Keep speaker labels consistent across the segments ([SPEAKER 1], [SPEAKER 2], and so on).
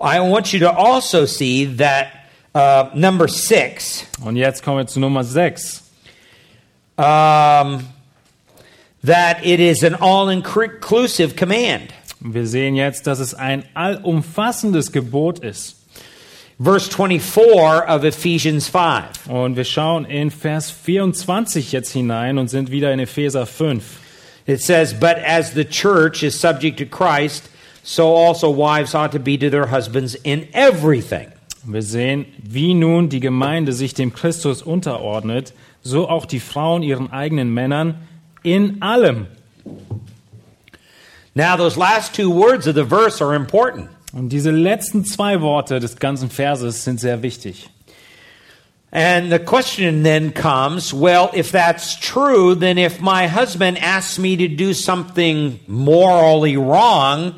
[SPEAKER 1] I want you to also see that uh, number six,
[SPEAKER 2] Und jetzt kommen wir zu Nummer 6.
[SPEAKER 1] um, that it is an all inclusive command.
[SPEAKER 2] Wir sehen jetzt, dass es ein allumfassendes Gebot ist.
[SPEAKER 1] Verse 24 of Ephesians 5.
[SPEAKER 2] Und wir schauen in Vers 24 jetzt hinein und sind wieder in Epheser 5.
[SPEAKER 1] It says, But as the church is subject to Christ, so also wives ought to be to their husbands in everything.
[SPEAKER 2] Und wir sehen, wie nun die Gemeinde sich dem Christus unterordnet, so auch die Frauen ihren eigenen Männern in allem.
[SPEAKER 1] Now, those last two words of the verse are important.
[SPEAKER 2] Und diese letzten zwei Worte des ganzen Verses sind sehr wichtig.
[SPEAKER 1] And the question then comes well, if that's true, then if my husband asks me to do something morally wrong,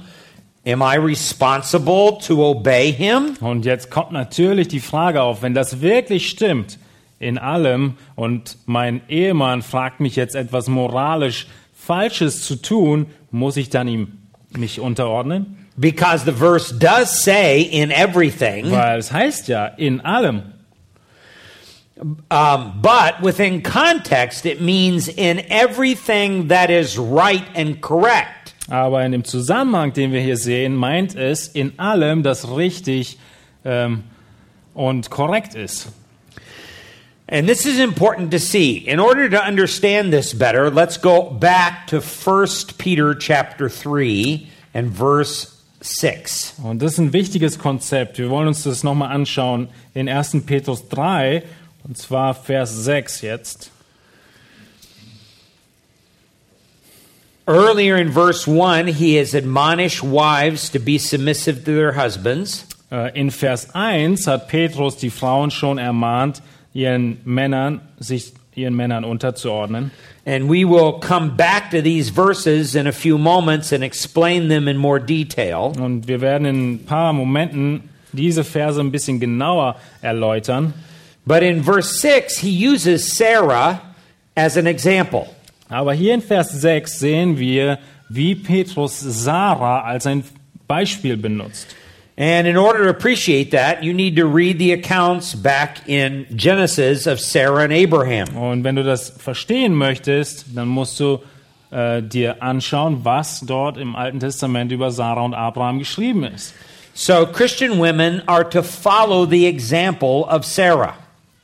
[SPEAKER 1] am I responsible to obey him?
[SPEAKER 2] Und jetzt kommt natürlich die Frage auf, wenn das wirklich stimmt in allem und mein Ehemann fragt mich jetzt etwas moralisch Falsches zu tun, muss ich dann ihm mich unterordnen?
[SPEAKER 1] Because the verse does say in everything,
[SPEAKER 2] Weil es heißt ja in allem.
[SPEAKER 1] um, but within context, it means in everything that is right and correct.
[SPEAKER 2] Aber in dem Zusammenhang, den wir hier sehen, meint es in allem, das richtig ähm, und korrekt ist.
[SPEAKER 1] And this is important to see. In order to understand this better, let's go back to 1 Peter chapter 3 and verse 6.
[SPEAKER 2] Und das ist ein wichtiges Konzept. Wir wollen uns das nochmal anschauen in 1. Petrus 3, und zwar Vers 6 jetzt.
[SPEAKER 1] Earlier in verse 1, he has admonished wives to be submissive to their husbands.
[SPEAKER 2] Äh, In Vers 1 hat Petrus die Frauen schon ermahnt, ihren Männern, sich ihren Männern unterzuordnen.
[SPEAKER 1] And we will come back to these verses in a few moments and explain them in more detail.
[SPEAKER 2] Und wir werden in ein paar Momenten diese Verse ein bisschen genauer erläutern.
[SPEAKER 1] But in verse 6, he uses Sarah as an example.
[SPEAKER 2] Aber hier in Vers 6 sehen wir, wie Petrus Sarah als ein Beispiel benutzt.
[SPEAKER 1] And in order to appreciate that, you need to read the accounts back in Genesis of Sarah and Abraham.
[SPEAKER 2] Und wenn du das verstehen möchtest, dann musst du äh, dir anschauen, was dort im Alten Testament über Sarah und Abraham geschrieben ist.
[SPEAKER 1] So Christian women are to follow the example of Sarah.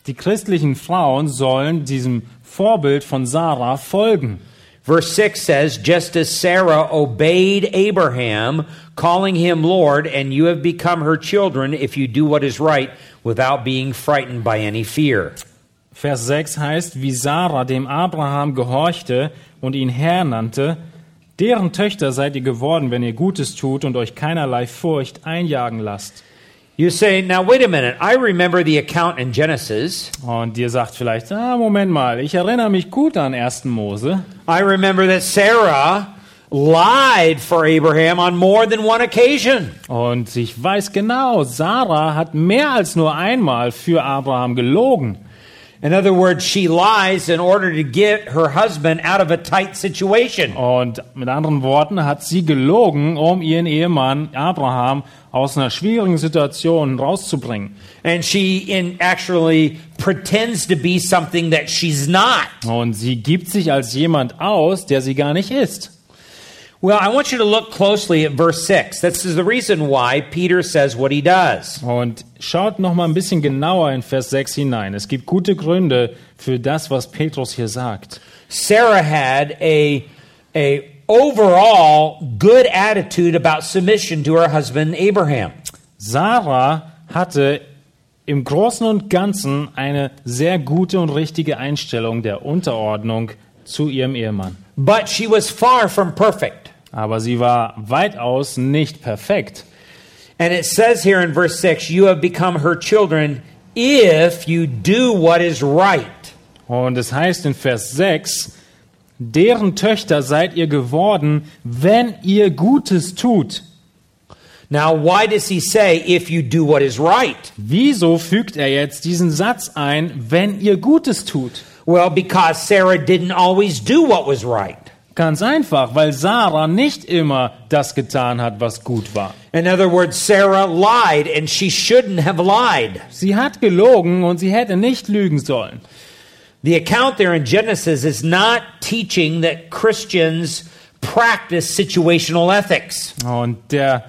[SPEAKER 2] Die christlichen Frauen sollen diesem Vorbild von Sarah folgen.
[SPEAKER 1] Verse 6 says, Just as Sarah obeyed Abraham, calling him Lord, and you have become her children if you do what is right without being frightened by any fear.
[SPEAKER 2] Vers 6 heißt, wie Sarah dem Abraham gehorchte und ihn Herr nannte, deren Töchter seid ihr geworden, wenn ihr Gutes tut und euch keinerlei Furcht einjagen lasst.
[SPEAKER 1] You say, Now, wait a minute, I remember the account in Genesis.
[SPEAKER 2] Und ihr sagt vielleicht, ah, Moment mal, ich erinnere mich gut an 1. Mose.
[SPEAKER 1] I remember that Sarah lied for Abraham on more than one occasion.
[SPEAKER 2] Und ich weiß genau, Sarah hat mehr als nur einmal für Abraham gelogen.
[SPEAKER 1] In other words, she lies in order to get her husband out of a tight situation.
[SPEAKER 2] Und mit anderen Worten hat sie gelogen, um ihren Ehemann Abraham aus einer schwierigen Situation rauszubringen.
[SPEAKER 1] And she in actually pretends to be something that she's not.
[SPEAKER 2] Und sie gibt sich als jemand aus, der sie gar nicht ist.
[SPEAKER 1] Well, I want you to look closely at verse 6. This is the reason why Peter says what he does.
[SPEAKER 2] Und schaut noch mal ein bisschen genauer in Vers 6 hinein. Es gibt gute Gründe für das, was Petrus hier sagt.
[SPEAKER 1] Sarah had a a overall good attitude about submission to her husband Abraham.
[SPEAKER 2] Sarah hatte im Großen und Ganzen eine sehr gute und richtige Einstellung der Unterordnung zu ihrem Ehemann.
[SPEAKER 1] But she was far from perfect.
[SPEAKER 2] Aber sie war weitaus nicht perfekt.
[SPEAKER 1] And it says here in verse 6 you have become her children if you do what is right.
[SPEAKER 2] Und es heißt in Vers 6, deren Töchter seid ihr geworden, wenn ihr Gutes tut.
[SPEAKER 1] Now, why does he say if you do what is right?
[SPEAKER 2] Wieso fügt er jetzt diesen Satz ein, wenn ihr Gutes tut?
[SPEAKER 1] Well, because Sarah didn't always do what was right.
[SPEAKER 2] Ganz einfach, weil Sarah nicht immer das getan hat, was gut war.
[SPEAKER 1] In other words, Sarah lied and she shouldn't have lied.
[SPEAKER 2] Sie hat gelogen und sie hätte nicht lügen sollen.
[SPEAKER 1] The account there in Genesis is not teaching that Christians practice situational ethics.
[SPEAKER 2] Und der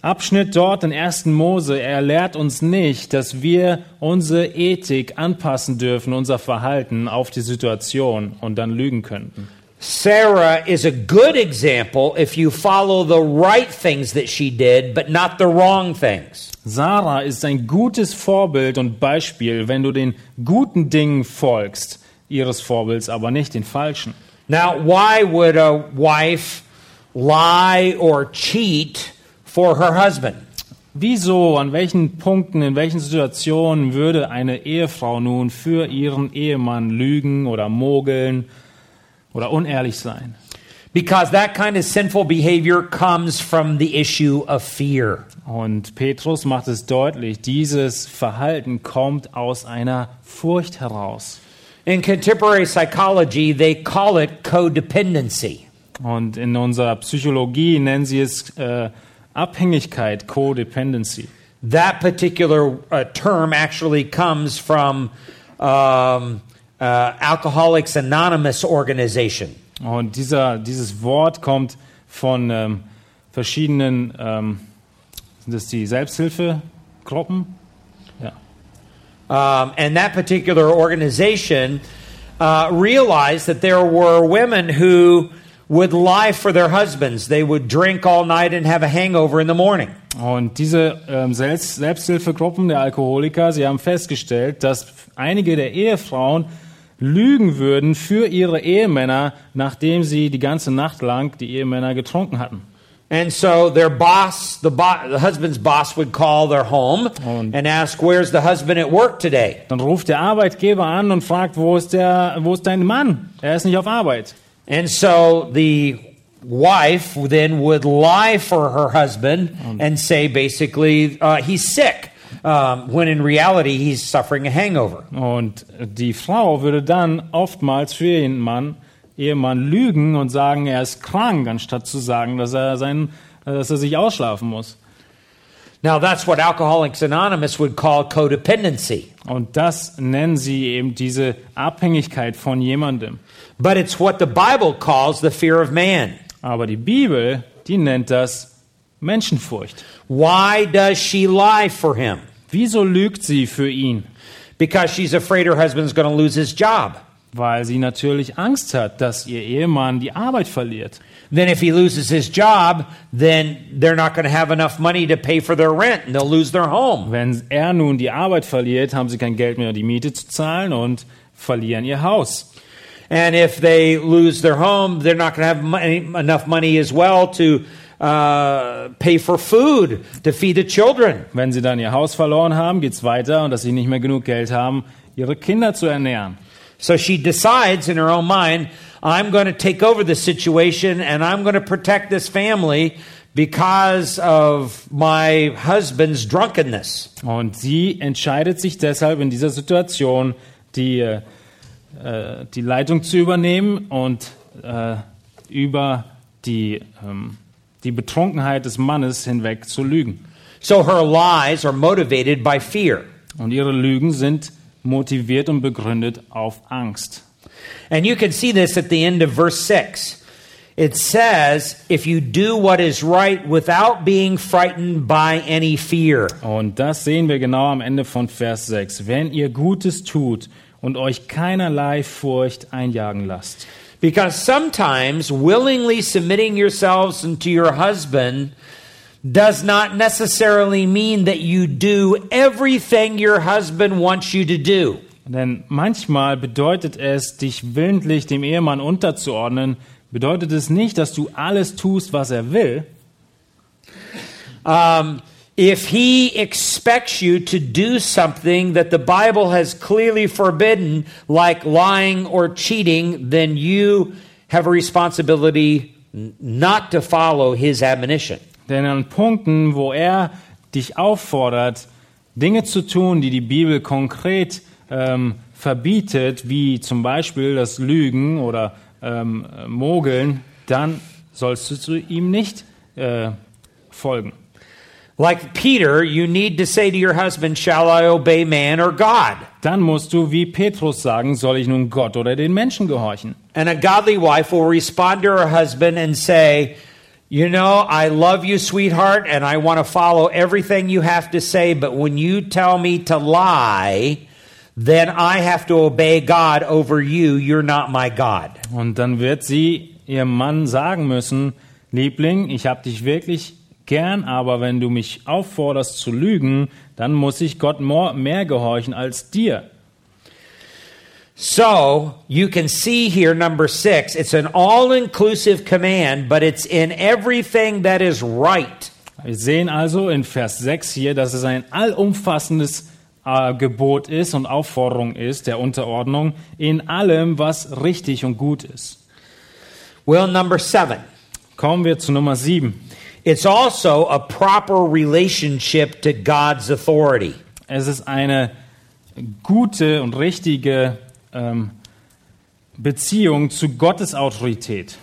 [SPEAKER 2] Abschnitt dort in 1. Mose, er lehrt uns nicht, dass wir unsere Ethik anpassen dürfen, unser Verhalten auf die Situation und dann lügen könnten.
[SPEAKER 1] Sarah is a good example if you follow the right things that she did, but not the wrong things.
[SPEAKER 2] Sarah ist ein gutes Vorbild und Beispiel, wenn du den guten Dingen folgst, ihres Vorbilds, aber nicht den falschen.
[SPEAKER 1] Now, why would a wife lie or cheat for her husband?
[SPEAKER 2] Wieso, an welchen Punkten, in welchen Situationen würde eine Ehefrau nun für ihren Ehemann lügen oder mogeln oder unehrlich sein?
[SPEAKER 1] Because that kind of sinful behavior comes from the issue of fear.
[SPEAKER 2] Und Petrus macht es deutlich, dieses Verhalten kommt aus einer Furcht heraus.
[SPEAKER 1] In contemporary psychology, they call it codependency.
[SPEAKER 2] Und in unserer Psychologie nennen sie es äh, Abhängigkeit, Codependency.
[SPEAKER 1] That particular uh, term actually comes from um, uh, Alcoholics Anonymous organization.
[SPEAKER 2] Und dieser, dieses Wort kommt von ähm, verschiedenen, ähm, sind das die Selbsthilfegruppen? Ja.
[SPEAKER 1] Um, and that particular organization uh, realized that there were women who would lie for their husbands. They would drink all night and have a hangover in the morning.
[SPEAKER 2] Und diese ähm, Selbst Selbsthilfegruppen der Alkoholiker, sie haben festgestellt, dass einige der Ehefrauen lügen würden für ihre Ehemänner, nachdem sie die ganze Nacht lang die Ehemänner getrunken hatten.
[SPEAKER 1] And so their boss, the, bo- the husband's boss, would call their home and ask, Where's the husband at work today?
[SPEAKER 2] Dann ruft der Arbeitgeber an und fragt, wo ist, der, wo ist dein Mann? Er ist nicht auf Arbeit.
[SPEAKER 1] And so the wife then would lie for her husband and say, basically, uh, he's sick, um, when in reality, he's suffering a hangover.
[SPEAKER 2] Und die Frau würde dann oftmals für ihren Mann, Ehemann lügen und sagen, er ist krank, anstatt zu sagen, dass er, sein, dass er sich ausschlafen muss.
[SPEAKER 1] Now, that's what Alcoholics Anonymous would call codependency.
[SPEAKER 2] Und das nennen sie eben diese Abhängigkeit von jemandem.
[SPEAKER 1] But it's what the Bible calls the fear of man.
[SPEAKER 2] Aber die Bibel, die nennt das Menschenfurcht.
[SPEAKER 1] Why does she lie for him?
[SPEAKER 2] Wieso lügt sie für ihn?
[SPEAKER 1] Because she's afraid her husband's going to lose his job.
[SPEAKER 2] Weil sie natürlich Angst hat, dass ihr Ehemann die Arbeit verliert.
[SPEAKER 1] Then, if he loses his job, then they're not going to have enough money to pay for their rent and they'll lose their home.
[SPEAKER 2] Wenn er nun die Arbeit verliert, haben sie kein Geld mehr, die Miete zu zahlen und verlieren ihr Haus.
[SPEAKER 1] And if they lose their home, they're not going to have money, enough money as well to uh, pay for food to feed the children.
[SPEAKER 2] Wenn sie dann ihr Haus verloren haben, geht's weiter und dass sie nicht mehr genug Geld haben, ihre Kinder zu ernähren.
[SPEAKER 1] So she decides in her own mind, I'm going to take over the situation and I'm going to protect this family because of my husband's drunkenness.
[SPEAKER 2] Und sie entscheidet sich deshalb in dieser Situation, die, äh, äh, die Leitung zu übernehmen und äh, über die, ähm, die Betrunkenheit des Mannes hinweg zu lügen.
[SPEAKER 1] So her lies are motivated by fear.
[SPEAKER 2] Und ihre Lügen sind motiviert und begründet auf Angst.
[SPEAKER 1] And you can see this at the end of verse 6. It says, if you do what is right without being frightened by any fear.
[SPEAKER 2] Und das sehen wir genau am Ende von Vers 6. Wenn ihr Gutes tut und euch keinerlei Furcht einjagen lasst.
[SPEAKER 1] Because sometimes willingly submitting yourselves unto your husband does not necessarily mean that you do everything your husband wants you to do.
[SPEAKER 2] Denn manchmal bedeutet es, dich willentlich dem Ehemann unterzuordnen, bedeutet es nicht, dass du alles tust, was er will,
[SPEAKER 1] Um, If he expects you to do something that the Bible has clearly forbidden, like lying or cheating, then you have a responsibility n- not to follow his admonition.
[SPEAKER 2] Denn an Punkten, wo er dich auffordert, Dinge zu tun, die die Bibel konkret ähm, verbietet, wie zum Beispiel das Lügen oder ähm, Mogeln, dann sollst du zu ihm nicht äh, folgen.
[SPEAKER 1] Like Peter, you need to say to your husband, Shall I obey man or God?
[SPEAKER 2] Dann musst du wie Petrus sagen, soll ich nun Gott oder den Menschen gehorchen?
[SPEAKER 1] And a godly wife will respond to her husband and say, You know, I love you, sweetheart, and I want to follow everything you have to say, but when you tell me to lie, then I have to obey God over you. You're not my God.
[SPEAKER 2] Und dann wird sie ihrem Mann sagen müssen, Liebling, ich habe dich wirklich gern, aber wenn du mich aufforderst zu lügen, dann muss ich Gott mo- mehr gehorchen als dir.
[SPEAKER 1] So you can see here, number six, it's an all inclusive command, but it's in everything that is right.
[SPEAKER 2] Wir sehen also in Vers 6 hier, dass es ein allumfassendes äh, Gebot ist und Aufforderung ist der Unterordnung in allem, was richtig und gut ist.
[SPEAKER 1] Well, number seven,
[SPEAKER 2] Kommen wir zu Nummer 7.
[SPEAKER 1] it's also a proper relationship to God's authority.
[SPEAKER 2] Es ist eine gute und richtige ähm, Beziehung zu Gottes Autorität.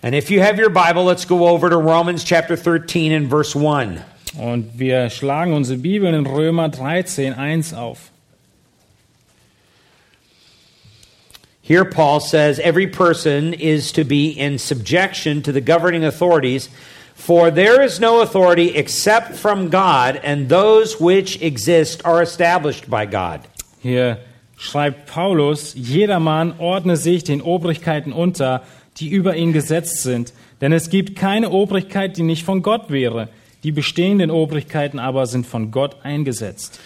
[SPEAKER 1] And if you have your Bible, let's go over to Romans chapter 13 and verse 1.
[SPEAKER 2] Und wir schlagen unsere Bibel in Römer 13, 1 auf.
[SPEAKER 1] Here, Paul says, Every person is to be in subjection to the governing authorities, for there is no authority except from God, and those which exist are established by God.
[SPEAKER 2] Hier schreibt Paulus, jedermann ordne sich den Obrigkeiten unter, die über ihn gesetzt sind. Denn es gibt keine Obrigkeit, die nicht von Gott wäre. Die bestehenden Obrigkeiten aber sind von Gott eingesetzt.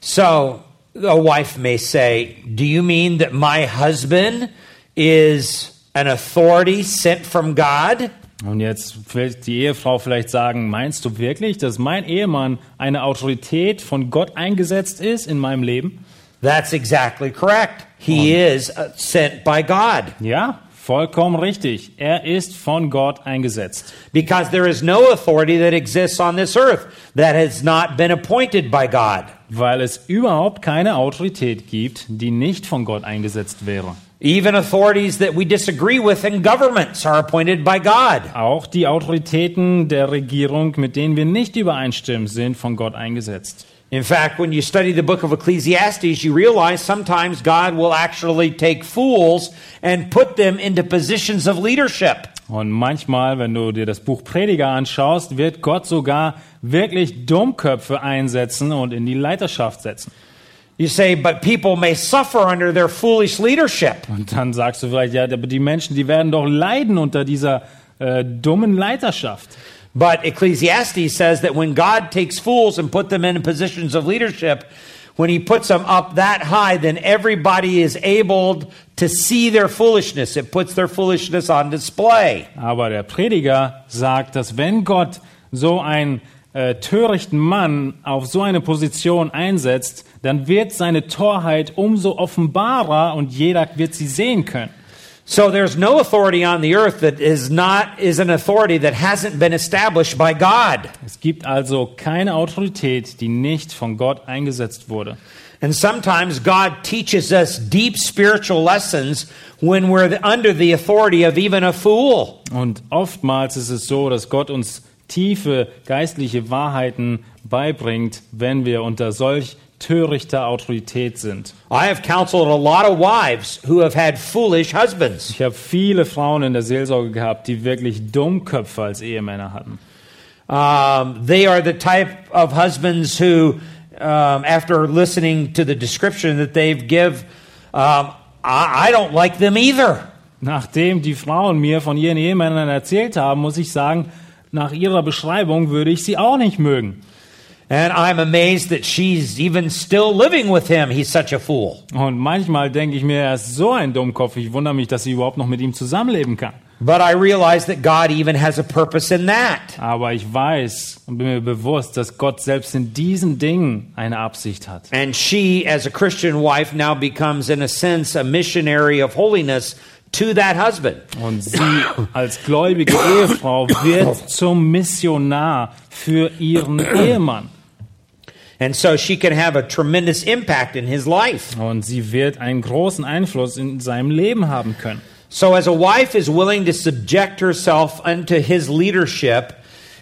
[SPEAKER 1] So, a wife may say, Do you mean that my husband is an authority sent from God?
[SPEAKER 2] Und jetzt wird die Ehefrau vielleicht sagen, meinst du wirklich, dass mein Ehemann eine Autorität von Gott eingesetzt ist in meinem Leben?
[SPEAKER 1] That's exactly correct. He is uh, sent by God.
[SPEAKER 2] Ja, vollkommen richtig. Er ist von Gott eingesetzt.
[SPEAKER 1] Because there is no authority that exists on this earth that has not been appointed by God.
[SPEAKER 2] Weil es überhaupt keine Autorität gibt, die nicht von Gott eingesetzt wäre.
[SPEAKER 1] Even authorities that we disagree with in governments are appointed by God.
[SPEAKER 2] Auch die Autoritäten der Regierung, mit denen wir nicht übereinstimmen, sind von Gott eingesetzt.
[SPEAKER 1] In fact, when you study the book of Ecclesiastes, you realize sometimes God will actually take fools and put them into positions of leadership.
[SPEAKER 2] Und manchmal, wenn du dir das Buch Prediger anschaust, wird Gott sogar wirklich Dummköpfe einsetzen und in die Leiterschaft setzen.
[SPEAKER 1] You say, but people may suffer under their foolish leadership.
[SPEAKER 2] Und dann sagst du vielleicht, ja, aber die Menschen, die werden doch leiden unter dieser äh, dummen Leiterschaft.
[SPEAKER 1] But Ecclesiastes says that when God takes fools and put them in positions of leadership, when he puts them up that high, then everybody is able to see their foolishness. It puts their foolishness on display.
[SPEAKER 2] Aber der Prediger sagt, dass wenn Gott so einen äh, törichten Mann auf so eine Position einsetzt, dann wird seine Torheit umso offenbarer und jeder wird sie sehen können.
[SPEAKER 1] So there's no authority on the earth that is not is an authority that hasn't been established by God.
[SPEAKER 2] Es gibt also keine Autorität, die nicht von Gott eingesetzt wurde.
[SPEAKER 1] And sometimes God teaches us deep spiritual lessons when we're the- under the authority of even a fool.
[SPEAKER 2] Und oftmals ist es so, dass Gott uns tiefe geistliche Wahrheiten beibringt, wenn wir unter solch törichter Autorität sind.
[SPEAKER 1] I have counseled a lot of wives who have had foolish husbands.
[SPEAKER 2] Ich habe viele Frauen in der Seelsorge gehabt, die wirklich Dummköpfe als Ehemänner hatten.
[SPEAKER 1] Um, they are the type of husbands who, um, after listening to the description that they've give, um, I, I don't like them either.
[SPEAKER 2] Nachdem die Frauen mir von ihren Ehemännern erzählt haben, muss ich sagen, nach ihrer Beschreibung würde ich sie auch nicht mögen.
[SPEAKER 1] And I'm amazed that she's even still living with him. He's such a fool.
[SPEAKER 2] Und manchmal denke ich mir, er ist so ein Dummkopf, ich wundere mich, dass sie überhaupt noch mit ihm zusammenleben kann.
[SPEAKER 1] But I realize that God even has a purpose in that.
[SPEAKER 2] Aber ich weiß und bin mir bewusst, dass Gott selbst in diesen Dingen eine Absicht hat.
[SPEAKER 1] And she, as a Christian wife, now becomes, in a sense, a missionary of holiness to that husband.
[SPEAKER 2] Und sie als gläubige Ehefrau wird zum Missionar für ihren Ehemann.
[SPEAKER 1] And so she can have a tremendous impact in his life.
[SPEAKER 2] Und sie wird einen großen Einfluss in seinem Leben haben können.
[SPEAKER 1] So, as a wife is willing to subject herself unto his leadership,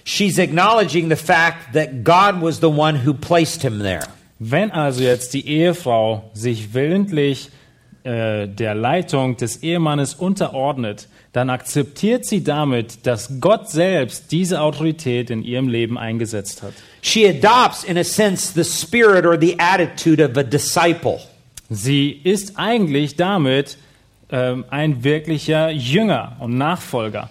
[SPEAKER 1] she's acknowledging the fact that God was the one who placed him there.
[SPEAKER 2] Wenn also jetzt die Ehefrau sich willentlich äh, der Leitung des Ehemannes unterordnet, dann akzeptiert sie damit, dass Gott selbst diese Autorität in ihrem Leben eingesetzt hat.
[SPEAKER 1] She adopts, in a sense, the spirit or the attitude of a disciple.
[SPEAKER 2] Sie ist eigentlich damit ähm, ein wirklicher Jünger und Nachfolger.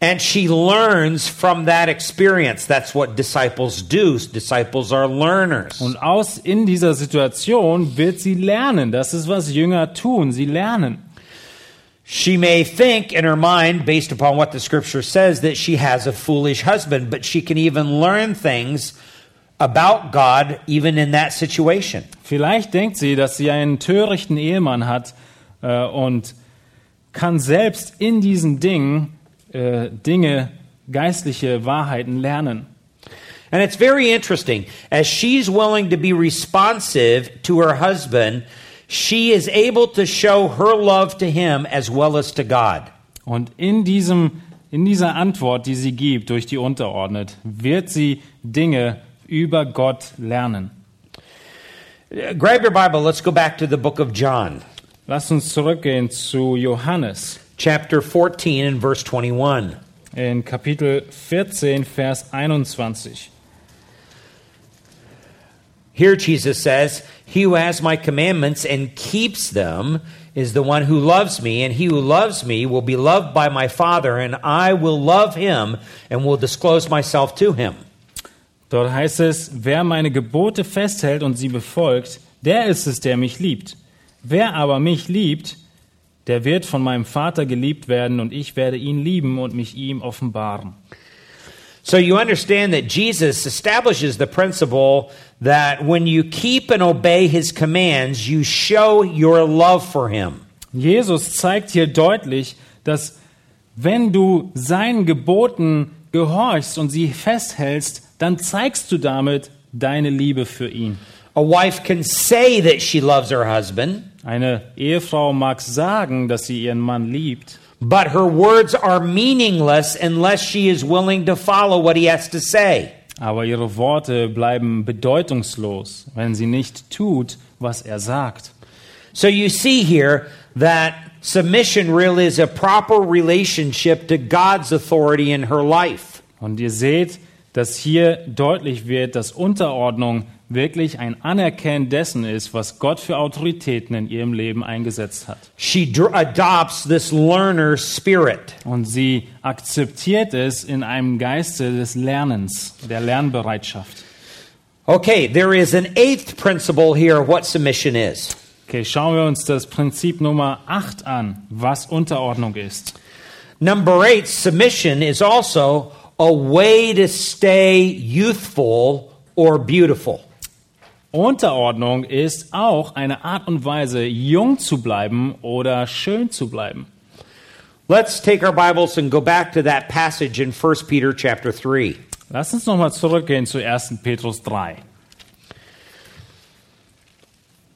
[SPEAKER 1] And she learns from that experience. That's what disciples do. Disciples are learners.
[SPEAKER 2] Und aus in dieser Situation wird sie lernen. Das ist, was Jünger tun. Sie lernen.
[SPEAKER 1] She may think in her mind, based upon what the scripture says, that she has a foolish husband, but she can even learn things about God even in that situation.
[SPEAKER 2] Vielleicht denkt sie, dass sie einen törichten Ehemann hat äh, und kann selbst in diesen Dingen äh, Dinge, geistliche Wahrheiten lernen.
[SPEAKER 1] And it's very interesting. As she's willing to be responsive to her husband, she is able to show her love to him as well as to God.
[SPEAKER 2] Und in, diesem, in dieser Antwort, die sie gibt, durch die unterordnet, wird sie Dinge über Gott lernen.
[SPEAKER 1] Uh, Grab your Bible. Let's go back to the book of John,
[SPEAKER 2] Lasst uns zurückgehen zu Johannes
[SPEAKER 1] chapter 14 and verse 21.
[SPEAKER 2] in Kapitel 14, Vers 21.
[SPEAKER 1] Here Jesus says, He who has my commandments and keeps them is the one who loves me, and he who loves me will be loved by my Father, and I will love him and will disclose myself to him.
[SPEAKER 2] Dort heißt es, wer meine Gebote festhält und sie befolgt, der ist es, der mich liebt. Wer aber mich liebt, der wird von meinem Vater geliebt werden und ich werde ihn lieben und mich ihm offenbaren.
[SPEAKER 1] So you understand that Jesus establishes the principle that when you keep and obey his commands, you show your love for him.
[SPEAKER 2] Jesus zeigt hier deutlich, dass wenn du seinen Geboten gehorchst und sie festhältst, dann zeigst du damit deine Liebe für ihn.
[SPEAKER 1] A wife can say that she loves her husband,
[SPEAKER 2] Eine Ehefrau mag sagen, dass sie ihren Mann liebt,
[SPEAKER 1] but her words are meaningless unless she is willing to follow what he has to say.
[SPEAKER 2] aber ihre Worte bleiben bedeutungslos, wenn sie nicht tut, was er sagt.
[SPEAKER 1] So you see here that submission really is a proper relationship to God's authority in her life.
[SPEAKER 2] Und ihr seht, dass hier deutlich wird, dass Unterordnung wirklich ein Anerkennen dessen ist, was Gott für Autoritäten in ihrem Leben eingesetzt hat.
[SPEAKER 1] She dr- adopts this learner spirit.
[SPEAKER 2] Und sie akzeptiert es in einem Geiste des Lernens, der Lernbereitschaft.
[SPEAKER 1] Okay, there is an eighth principle here of what submission is.
[SPEAKER 2] Okay, schauen wir uns das Prinzip Nummer 8 an, was Unterordnung ist.
[SPEAKER 1] Number eight, submission is also a way to stay youthful or beautiful.
[SPEAKER 2] Unterordnung ist auch eine Art und Weise, jung zu bleiben oder schön zu bleiben.
[SPEAKER 1] Let's take our Bibles and go back to that passage in 1 Peter chapter 3.
[SPEAKER 2] Lass uns nochmal zurückgehen zu 1. Petrus 3.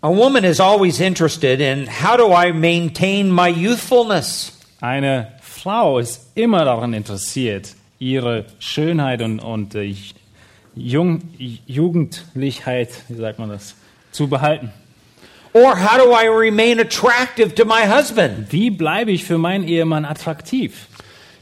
[SPEAKER 1] A woman is always interested in how do I maintain my youthfulness?
[SPEAKER 2] Eine Frau ist immer daran interessiert, ihre Schönheit und, und äh, Jung, Jugendlichkeit, wie sagt man das, zu behalten.
[SPEAKER 1] Or how do I remain attractive to my husband?
[SPEAKER 2] Wie bleibe ich für meinen Ehemann attraktiv?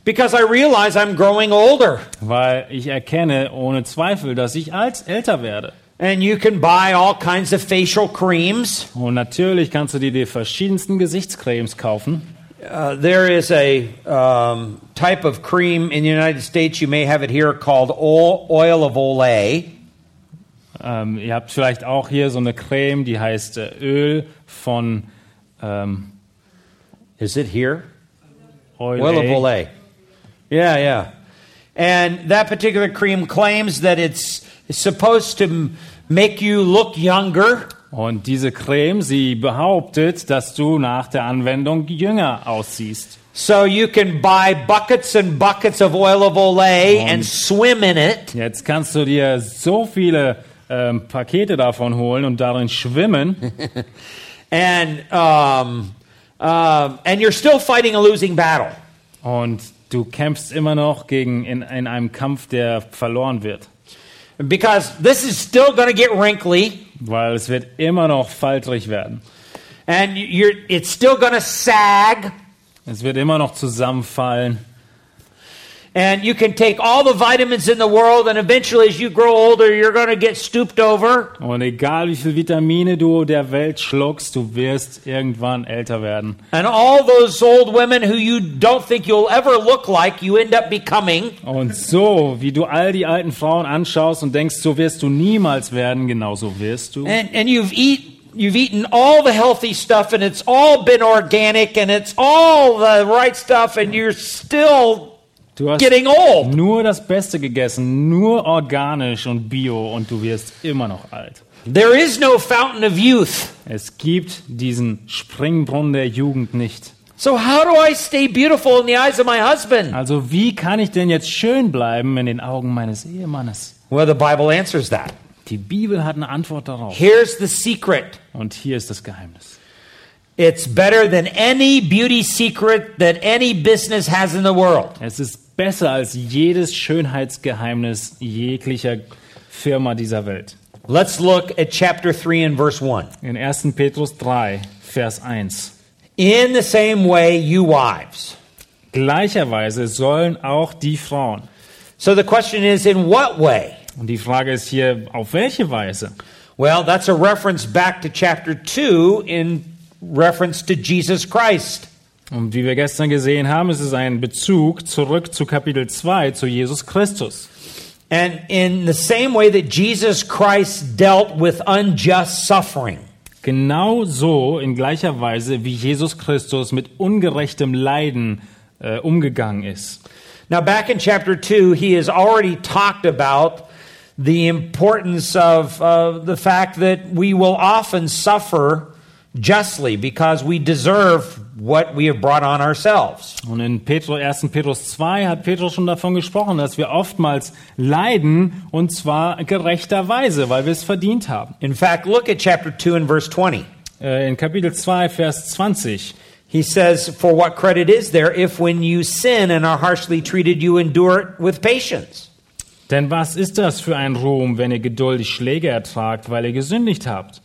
[SPEAKER 1] Because I realize I'm growing older.
[SPEAKER 2] Weil ich erkenne ohne Zweifel, dass ich als älter werde.
[SPEAKER 1] And you can buy all kinds of facial creams.
[SPEAKER 2] Und natürlich kannst du dir die verschiedensten Gesichtscremes kaufen.
[SPEAKER 1] Uh, there is a um, type of cream in the United States, you may have it here, called o- oil of Olay.
[SPEAKER 2] Ähm, ihr habt vielleicht auch hier so eine Creme, die heißt äh, Öl von ähm,
[SPEAKER 1] Is it here?
[SPEAKER 2] Oil
[SPEAKER 1] Oil of
[SPEAKER 2] A.
[SPEAKER 1] Olay. Yeah, yeah. And that particular cream claims that it's supposed to m- make you look younger.
[SPEAKER 2] Und diese Creme, sie behauptet, dass du nach der Anwendung jünger aussiehst.
[SPEAKER 1] So you can buy buckets and buckets of oil of Olay and swim in it.
[SPEAKER 2] Jetzt kannst du dir so viele ähm, Pakete davon holen und darin schwimmen
[SPEAKER 1] And, um, um, and you're still fighting a losing battle.
[SPEAKER 2] und du kämpfst immer noch gegen in, in einem Kampf, der verloren wird.
[SPEAKER 1] Because this is still going to get wrinkly
[SPEAKER 2] Weil es wird immer noch faltrig werden.
[SPEAKER 1] and you're, it's still going to sag.
[SPEAKER 2] Es wird immer noch zusammenfallen.
[SPEAKER 1] And you can take all the vitamins in the world, and eventually, as you grow older, you're going to get stooped over.
[SPEAKER 2] Und egal wie viel Vitamine du der Welt schluckst, du wirst irgendwann älter werden.
[SPEAKER 1] And all those old women who you don't think you'll ever look like, you end up becoming.
[SPEAKER 2] Und so, wie du all die alten Frauen anschaust und denkst, so wirst du niemals werden, genauso wirst du.
[SPEAKER 1] And, and you've, eat, you've eaten all the healthy stuff, and it's all been organic, and it's all the right stuff, and you're still
[SPEAKER 2] Du hast
[SPEAKER 1] getting old.
[SPEAKER 2] nur das Beste gegessen, nur organisch und bio und du wirst immer noch alt.
[SPEAKER 1] There is no fountain of youth.
[SPEAKER 2] Es gibt diesen Springbrunnen der Jugend nicht.
[SPEAKER 1] So, how do I stay beautiful in the eyes of my husband?
[SPEAKER 2] Also wie kann ich denn jetzt schön bleiben in den Augen meines Ehemannes?
[SPEAKER 1] Well, the Bible answers that.
[SPEAKER 2] Die Bibel hat eine Antwort darauf.
[SPEAKER 1] Here's the secret.
[SPEAKER 2] Und hier ist das Geheimnis.
[SPEAKER 1] It's better than any beauty secret that any business has in the world.
[SPEAKER 2] Es ist besser als jedes Schönheitsgeheimnis jeglicher Firma dieser Welt.
[SPEAKER 1] Let's look at chapter 3 and verse 1.
[SPEAKER 2] In 1. Petrus 3, Vers 1.
[SPEAKER 1] In the same way, you wives.
[SPEAKER 2] Gleicherweise sollen auch die Frauen.
[SPEAKER 1] So the question is, in what way?
[SPEAKER 2] Und die Frage ist hier, auf welche Weise?
[SPEAKER 1] Well, that's a reference back to chapter 2 in reference to Jesus Christ.
[SPEAKER 2] Und wie wir gestern gesehen haben, ist es ein Bezug zurück zu Kapitel 2, zu Jesus Christus.
[SPEAKER 1] And in the same way that Jesus Christ dealt with unjust suffering.
[SPEAKER 2] Genau so in gleicher Weise, wie Jesus Christus mit ungerechtem Leiden äh, umgegangen ist.
[SPEAKER 1] Now, back in chapter 2, he has already talked about the importance of uh, the fact that we will often suffer justly because we deserve what we have brought on ourselves.
[SPEAKER 2] Und in Petru, 1. Petrus 2 hat Petrus schon davon gesprochen, dass wir oftmals leiden und zwar gerechterweise, weil wir es verdient haben.
[SPEAKER 1] In fact, look at chapter 2 and verse 20.
[SPEAKER 2] Äh, in Kapitel 2, Vers 20.
[SPEAKER 1] He says, For what credit is there if when you sin and are harshly treated, you endure it with patience?
[SPEAKER 2] Denn was ist das für ein Ruhm, wenn ihr geduldig Schläge ertragt, weil ihr gesündigt habt?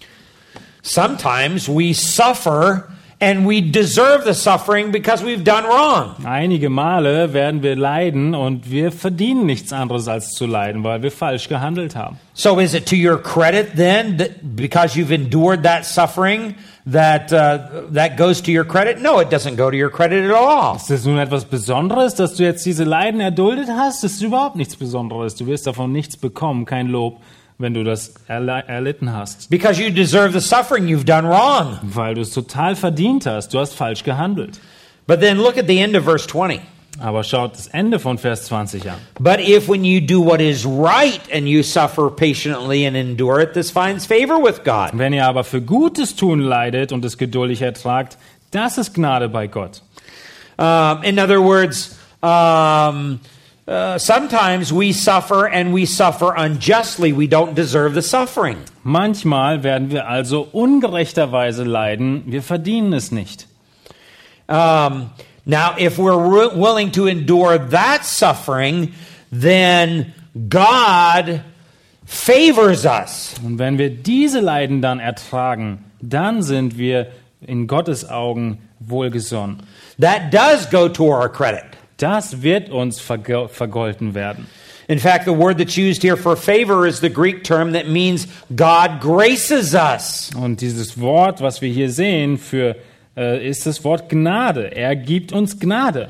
[SPEAKER 1] Sometimes we suffer and we deserve the suffering because we've done wrong.
[SPEAKER 2] Einige Male werden wir leiden und wir verdienen nichts anderes als zu leiden, weil wir falsch gehandelt haben.
[SPEAKER 1] So is it to your credit then that because you've endured that suffering that uh, that goes to your credit? No, it doesn't go to your credit at all.
[SPEAKER 2] Ist das nun etwas Besonderes, dass du jetzt diese Leiden erduldet hast? Das ist überhaupt nichts Besonderes. Du wirst davon nichts bekommen, kein Lob, wenn du das erle erlitten hast.
[SPEAKER 1] Because you deserve the suffering you've done wrong.
[SPEAKER 2] Weil du es total verdient hast. Du hast falsch gehandelt.
[SPEAKER 1] But then look at the end of verse 20.
[SPEAKER 2] Aber schaut das Ende von Vers 20 an.
[SPEAKER 1] But if when you do what is right and you suffer patiently and endure it, this finds favor with God.
[SPEAKER 2] Wenn ihr aber für Gutes tun leidet und es geduldig ertragt, das ist Gnade bei Gott.
[SPEAKER 1] Um, in other words, um, uh, sometimes we suffer and we suffer unjustly. We don't deserve the suffering.
[SPEAKER 2] Manchmal werden wir also ungerechterweise leiden. Wir verdienen es nicht.
[SPEAKER 1] Um, now, if we're wi- willing to endure that suffering, then God favors us.
[SPEAKER 2] Und wenn wir diese Leiden dann ertragen, dann sind wir in Gottes Augen wohlgesonnen.
[SPEAKER 1] That does go to our credit.
[SPEAKER 2] Das wird uns vergo- vergolten werden.
[SPEAKER 1] In fact, the word that's used here for favor is the Greek term that means God graces us.
[SPEAKER 2] Und dieses Wort, was wir hier sehen, für, äh, ist das Wort Gnade. Er gibt uns Gnade.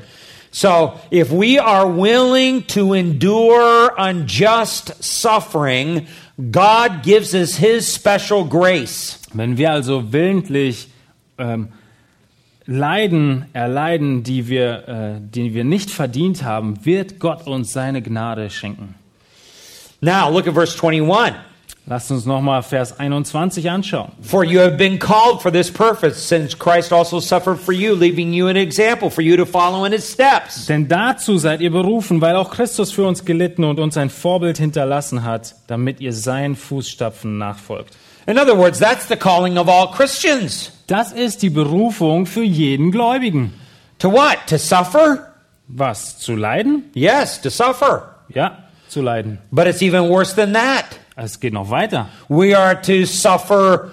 [SPEAKER 1] So, if we are willing to endure unjust suffering, God gives us His special grace.
[SPEAKER 2] Wenn wir also willentlich ähm, Leiden erleiden, die wir, äh, die wir nicht verdient haben, wird Gott uns seine Gnade schenken.
[SPEAKER 1] Now, look at verse 21.
[SPEAKER 2] Lasst uns nochmal Vers 21 anschauen.
[SPEAKER 1] For you have been called for this purpose, since Christ also suffered for you, leaving you an example for you to follow in his steps.
[SPEAKER 2] Denn dazu seid ihr berufen, weil auch Christus für uns gelitten und uns ein Vorbild hinterlassen hat, damit ihr seinen Fußstapfen nachfolgt.
[SPEAKER 1] In other words, that's the calling of all Christians.
[SPEAKER 2] Das ist die Berufung für jeden Gläubigen.
[SPEAKER 1] To what? To suffer?
[SPEAKER 2] Was? Zu leiden?
[SPEAKER 1] Yes, to suffer.
[SPEAKER 2] Ja, zu leiden.
[SPEAKER 1] But it's even worse than that.
[SPEAKER 2] Es geht noch weiter.
[SPEAKER 1] We are to suffer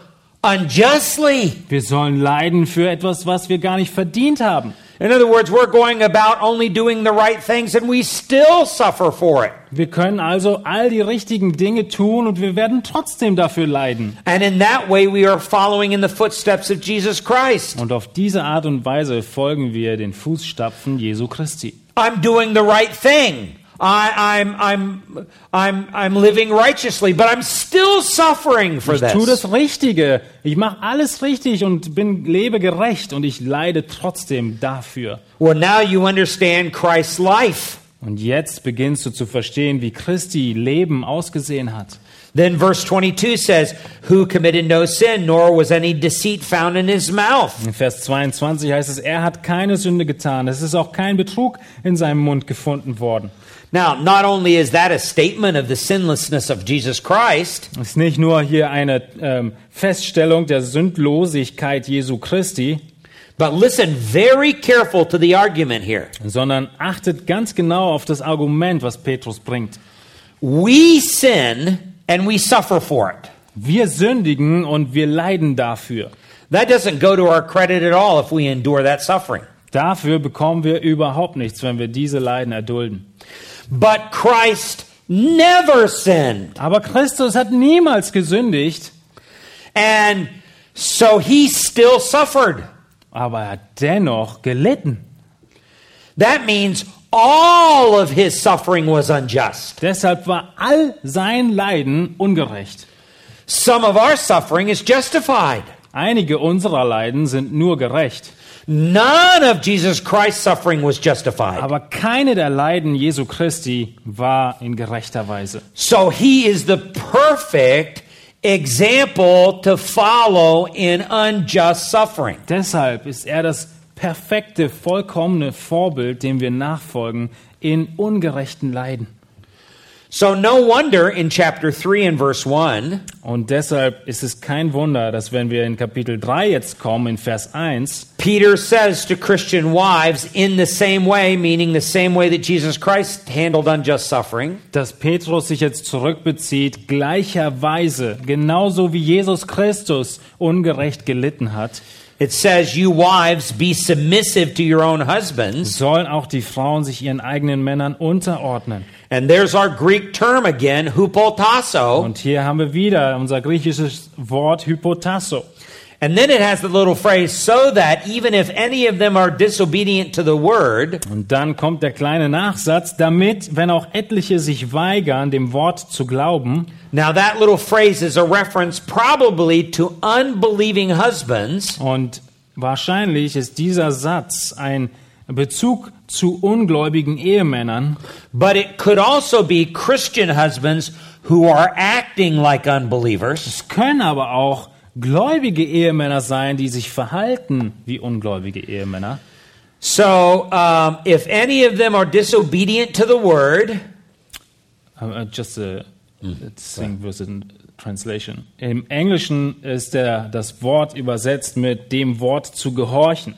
[SPEAKER 1] unjustly.
[SPEAKER 2] Wir sollen leiden für etwas, was wir gar nicht verdient haben.
[SPEAKER 1] In other words, we're going about only doing the right things and we still suffer for it.
[SPEAKER 2] Wir können also all die richtigen Dinge tun und wir werden trotzdem dafür leiden.
[SPEAKER 1] And in that way, we are following in the footsteps of Jesus Christ.
[SPEAKER 2] Und auf diese Art und Weise folgen wir den Fußstapfen Jesu Christi.
[SPEAKER 1] I'm doing the right thing. I, I'm, I'm, I'm, I'm living righteously, but I'm still suffering for
[SPEAKER 2] Ich tue
[SPEAKER 1] this.
[SPEAKER 2] das Richtige. Ich mache alles richtig und bin lebe gerecht und ich leide trotzdem dafür.
[SPEAKER 1] Well, now you understand Christ's life.
[SPEAKER 2] Und jetzt beginnst du zu verstehen, wie Christi Leben ausgesehen hat.
[SPEAKER 1] Then verse 22 says, Who committed no sin, nor was any deceit found in his mouth.
[SPEAKER 2] In Vers 22 heißt es, er hat keine Sünde getan. Es ist auch kein Betrug in seinem Mund gefunden worden.
[SPEAKER 1] Now, not only is that a statement of the sinlessness of Jesus Christ,
[SPEAKER 2] Es ist nicht nur hier eine ähm, Feststellung der Sündlosigkeit Jesu Christi,
[SPEAKER 1] but listen very careful to the argument here.
[SPEAKER 2] sondern achtet ganz genau auf das Argument, was Petrus bringt.
[SPEAKER 1] We sin and we suffer for it.
[SPEAKER 2] Wir sündigen und wir leiden dafür.
[SPEAKER 1] That doesn't go to our credit at all if we endure that suffering.
[SPEAKER 2] Dafür bekommen wir überhaupt nichts, wenn wir diese Leiden erdulden.
[SPEAKER 1] But Christ never sinned.
[SPEAKER 2] Aber Christus hat niemals gesündigt,
[SPEAKER 1] And so he still suffered.
[SPEAKER 2] aber er hat dennoch gelitten.
[SPEAKER 1] That means all of his suffering was unjust.
[SPEAKER 2] Deshalb war all sein Leiden ungerecht.
[SPEAKER 1] Some of our suffering is justified.
[SPEAKER 2] Einige unserer Leiden sind nur gerecht,
[SPEAKER 1] None of Jesus Christ's suffering was justified.
[SPEAKER 2] aber keine der Leiden Jesu Christi war in gerechter Weise.
[SPEAKER 1] So he is the perfect example to follow in unjust suffering.
[SPEAKER 2] Deshalb ist er das perfekte, vollkommene Vorbild, dem wir nachfolgen in ungerechten Leiden.
[SPEAKER 1] So no wonder in chapter 3 and verse 1
[SPEAKER 2] Und deshalb ist es kein Wunder, dass wenn wir in Kapitel 3 jetzt kommen, in Vers 1,
[SPEAKER 1] Peter says to Christian wives in the same way, meaning the same way that Jesus Christ handled unjust suffering,
[SPEAKER 2] dass Petrus sich jetzt zurückbezieht, gleicherweise, genauso wie Jesus Christus ungerecht gelitten hat,
[SPEAKER 1] it says, You wives, be submissive to your own husbands.
[SPEAKER 2] sollen auch die Frauen sich ihren eigenen Männern unterordnen.
[SPEAKER 1] And there's our Greek term again, hupotasso.
[SPEAKER 2] Und hier haben wir wieder unser griechisches Wort Hypotasso.
[SPEAKER 1] And then it has the little phrase, so that even if any of them are disobedient to the word,
[SPEAKER 2] Und dann kommt der kleine Nachsatz, damit, wenn auch etliche sich weigern, dem Wort zu glauben,
[SPEAKER 1] now that little phrase is a reference probably to unbelieving husbands.
[SPEAKER 2] und wahrscheinlich ist dieser Satz ein Bezug zu ungläubigen Ehemännern,
[SPEAKER 1] But it could also be Christian husbands who are acting like unbelievers.
[SPEAKER 2] es können aber auch gläubige Ehemänner sein, die sich verhalten wie ungläubige Ehemänner.
[SPEAKER 1] So um, if any of them are disobedient to the word,
[SPEAKER 2] Um, uh, just a, a thing with a translation. Im Englischen ist der, das Wort übersetzt mit dem Wort zu gehorchen.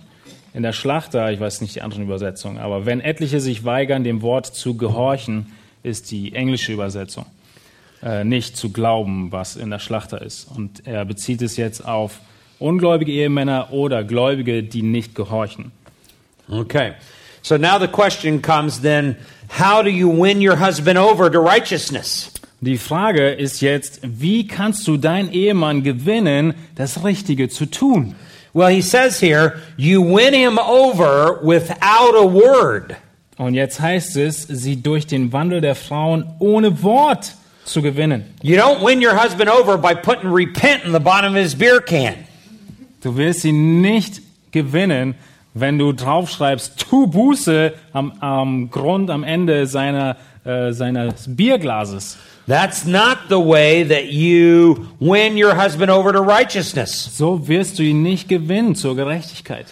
[SPEAKER 2] In der Schlachter, ich weiß nicht die anderen Übersetzungen, aber wenn etliche sich weigern, dem Wort zu gehorchen, ist die englische Übersetzung. Äh, nicht zu glauben, was in der Schlachter ist. Und er bezieht es jetzt auf ungläubige Ehemänner oder Gläubige, die nicht gehorchen.
[SPEAKER 1] okay. So now the question comes then, how do you win your husband over to righteousness?
[SPEAKER 2] Die Frage ist jetzt, wie kannst du deinen Ehemann gewinnen, das Richtige zu tun?
[SPEAKER 1] Well, he says here, you win him over without a word.
[SPEAKER 2] Und jetzt heißt es, sie durch den Wandel der Frauen ohne Wort zu gewinnen.
[SPEAKER 1] You don't win your husband over by putting repent in the bottom of his beer can.
[SPEAKER 2] Du willst sie nicht gewinnen, wenn du draufschreibst, tu Buße am, am Grund, am Ende seiner, äh, seines Bierglases.
[SPEAKER 1] That's not the way that you win your husband over to righteousness.
[SPEAKER 2] So wirst du ihn nicht gewinnen zur Gerechtigkeit.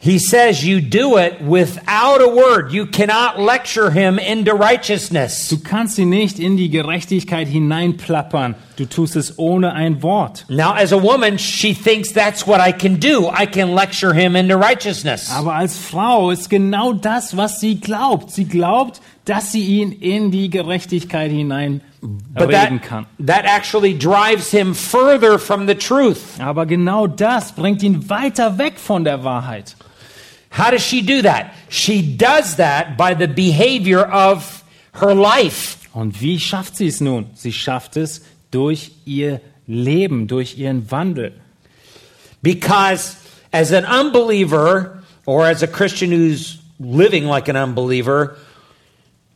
[SPEAKER 1] He says you do it without a word. You cannot lecture him into righteousness.
[SPEAKER 2] Du kannst ihn nicht in die Gerechtigkeit hineinplappern. Du tust es ohne ein Wort.
[SPEAKER 1] Now, as a woman, she thinks that's what I can do. I can lecture him into righteousness.
[SPEAKER 2] Aber als Frau ist genau das, was sie glaubt. Sie glaubt, dass sie ihn in die Gerechtigkeit hineinreden
[SPEAKER 1] But
[SPEAKER 2] kann.
[SPEAKER 1] that, that actually drives him further from the truth.
[SPEAKER 2] Aber genau das bringt ihn weiter weg von der Wahrheit.
[SPEAKER 1] How does she do that? She does that by the behavior of her life.
[SPEAKER 2] Und wie schafft sie es nun? Sie schafft es durch ihr Leben, durch ihren Wandel.
[SPEAKER 1] Because as an unbeliever, or as a Christian who's living like an unbeliever,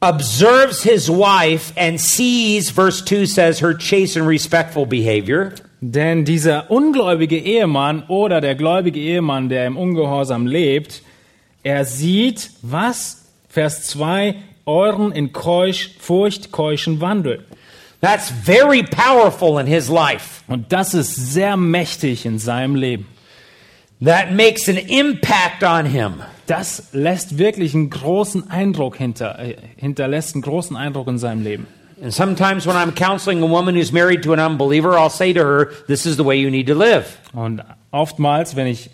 [SPEAKER 1] observes his wife and sees, verse 2 says, her chaste and respectful behavior.
[SPEAKER 2] Denn dieser ungläubige Ehemann oder der gläubige Ehemann, der im Ungehorsam lebt, er sieht, was, Vers 2, euren in keusch, Furcht keuschen Wandel.
[SPEAKER 1] That's very powerful in his life.
[SPEAKER 2] Und das ist sehr mächtig in seinem Leben.
[SPEAKER 1] That makes an impact on him.
[SPEAKER 2] Das lässt wirklich einen großen Eindruck hinter, äh, hinterlässt einen großen Eindruck in seinem Leben.
[SPEAKER 1] And sometimes when I'm counseling a woman who's married to an unbeliever, I'll say to her, This is the way you need to live.
[SPEAKER 2] Und oftmals, wenn ich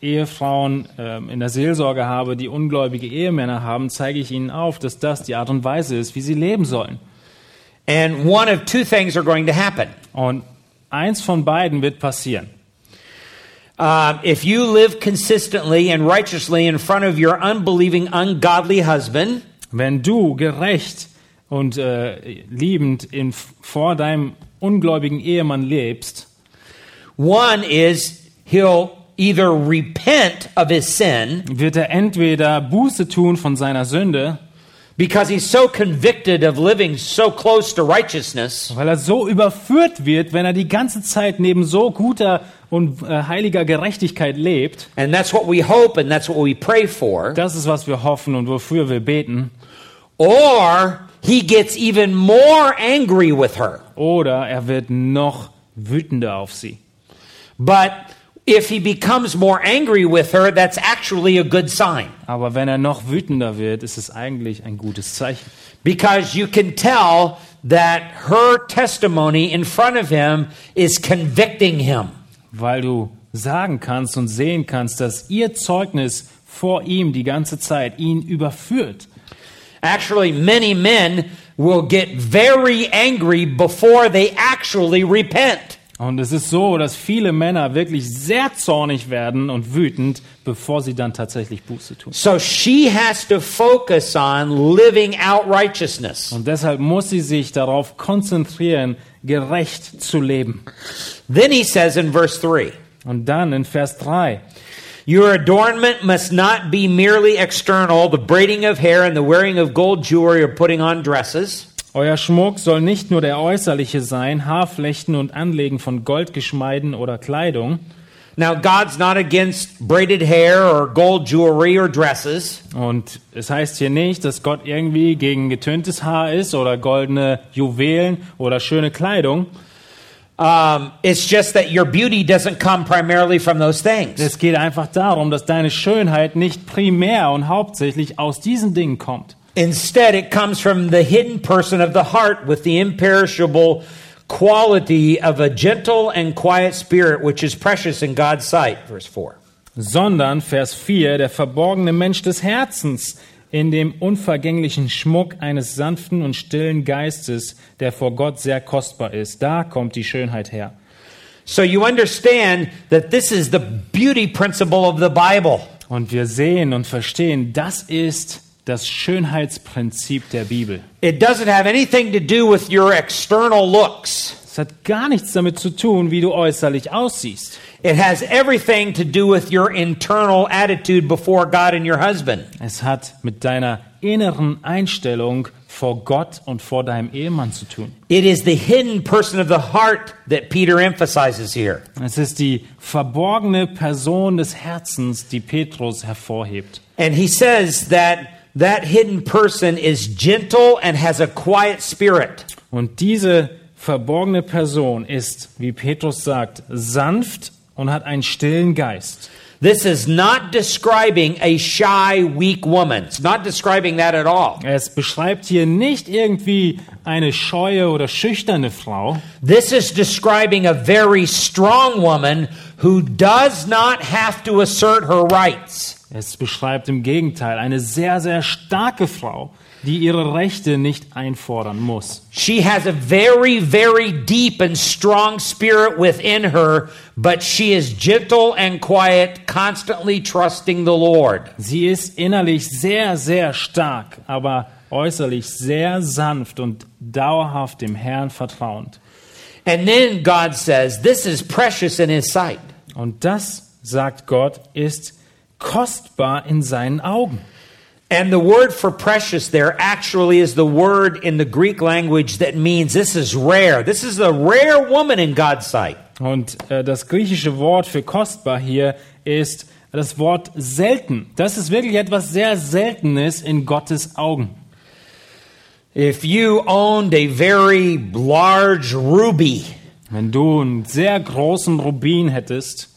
[SPEAKER 2] Ehefrauen ähm, in der Seelsorge habe, die ungläubige Ehemänner haben, zeige ich ihnen auf, dass das die Art und Weise ist, wie sie leben sollen.
[SPEAKER 1] And one of two things are going to happen.
[SPEAKER 2] Und eins von beiden wird passieren.
[SPEAKER 1] Um, if you live consistently and righteously in front of your unbelieving, ungodly husband,
[SPEAKER 2] Wenn du gerecht und äh, liebend in, vor deinem ungläubigen Ehemann lebst,
[SPEAKER 1] one is he'll either repent of his sin
[SPEAKER 2] wird er entweder Buße tun von seiner Sünde,
[SPEAKER 1] because he's so convicted of living so close to righteousness,
[SPEAKER 2] weil er so überführt wird, wenn er die ganze Zeit neben so guter und äh, heiliger Gerechtigkeit lebt.
[SPEAKER 1] and that's what we hope and that's what we pray for,
[SPEAKER 2] Das ist, was wir hoffen und wofür wir beten.
[SPEAKER 1] or he gets even more angry with her.
[SPEAKER 2] Oder er wird noch wütender auf sie.
[SPEAKER 1] But if he becomes more angry with her, that's actually a good sign
[SPEAKER 2] Aber wenn er noch wütender wird, ist es eigentlich ein gutes Zeichen.
[SPEAKER 1] because you can tell that her testimony in front of him is convicting him.
[SPEAKER 2] weil du sagen kannst und sehen kannst, dass ihr Zeugnis vor ihm die ganze Zeit ihn überführt.
[SPEAKER 1] Actually, many men will get very angry before they actually repent.
[SPEAKER 2] Und es ist so, dass viele Männer wirklich sehr zornig werden und wütend, bevor sie dann tatsächlich Buße tun.
[SPEAKER 1] So she has to focus on living out righteousness.
[SPEAKER 2] Und deshalb muss sie sich darauf konzentrieren, gerecht zu leben.
[SPEAKER 1] Then he says in verse 3
[SPEAKER 2] Und dann in Vers 3,
[SPEAKER 1] Your adornment must not be merely external, the braiding of hair and the wearing of gold jewelry or putting on dresses.
[SPEAKER 2] Euer Schmuck soll nicht nur der äußerliche sein, Haarflechten und Anlegen von Goldgeschmeiden oder Kleidung,
[SPEAKER 1] Now, God's not against braided hair or gold jewelry or dresses,
[SPEAKER 2] Und es heißt hier nicht, dass Gott irgendwie gegen getöntes Haar ist oder goldene Juwelen oder schöne Kleidung.
[SPEAKER 1] um, it's just that your beauty doesn't come primarily from those things.
[SPEAKER 2] Es geht einfach darum, dass deine Schönheit nicht primär und hauptsächlich aus diesen Dingen kommt,
[SPEAKER 1] Instead, it comes from the hidden person of the heart with the imperishable quality of a gentle and quiet spirit, which is precious in God's sight. Verse 4.
[SPEAKER 2] sondern Vers 4, der verborgene Mensch des Herzens in dem unvergänglichen Schmuck eines sanften und stillen Geistes, der vor Gott sehr kostbar ist. Da kommt die Schönheit her.
[SPEAKER 1] So you understand that this is the beauty principle of the Bible.
[SPEAKER 2] Und wir sehen und verstehen, das ist das Schönheitsprinzip der Bibel.
[SPEAKER 1] It doesn't have anything to do with your external looks.
[SPEAKER 2] Es hat gar nichts damit zu tun, wie du äußerlich aussiehst.
[SPEAKER 1] It has everything to do with your internal attitude before God and your husband.
[SPEAKER 2] Es hat mit deiner inneren Einstellung vor Gott und vor deinem Ehemann zu tun.
[SPEAKER 1] It is the hidden person of the heart that Peter emphasizes here.
[SPEAKER 2] Es ist die verborgene Person des Herzens, die Petrus hervorhebt.
[SPEAKER 1] And he says that that hidden person is gentle and has a quiet spirit.
[SPEAKER 2] Und diese verborgene Person ist, wie Petrus sagt, sanft und hat einen stillen Geist.
[SPEAKER 1] This is not describing a shy, weak woman. It's not describing that at all.
[SPEAKER 2] Es beschreibt hier nicht irgendwie eine scheue oder schüchterne Frau,
[SPEAKER 1] This is describing a very strong woman who does not have to assert her rights.
[SPEAKER 2] es beschreibt im Gegenteil eine sehr, sehr starke Frau, die ihre Rechte nicht einfordern muss.
[SPEAKER 1] She has a very, very deep and strong spirit within her, but she is gentle and quiet, constantly trusting the Lord.
[SPEAKER 2] Sie ist innerlich sehr, sehr stark, aber äußerlich sehr sanft und dauerhaft dem Herrn vertrauend.
[SPEAKER 1] And then God says, This is precious in His sight.
[SPEAKER 2] Und das, sagt Gott, ist kostbar in seinen Augen.
[SPEAKER 1] And the word for precious there actually is the word in the Greek language that means this is rare. This is a rare woman in God's sight.
[SPEAKER 2] Und äh, das griechische Wort für kostbar hier ist das Wort selten. Das ist wirklich etwas sehr Seltenes in Gottes Augen.
[SPEAKER 1] If you owned a very large ruby,
[SPEAKER 2] Wenn du einen sehr großen Rubin hättest,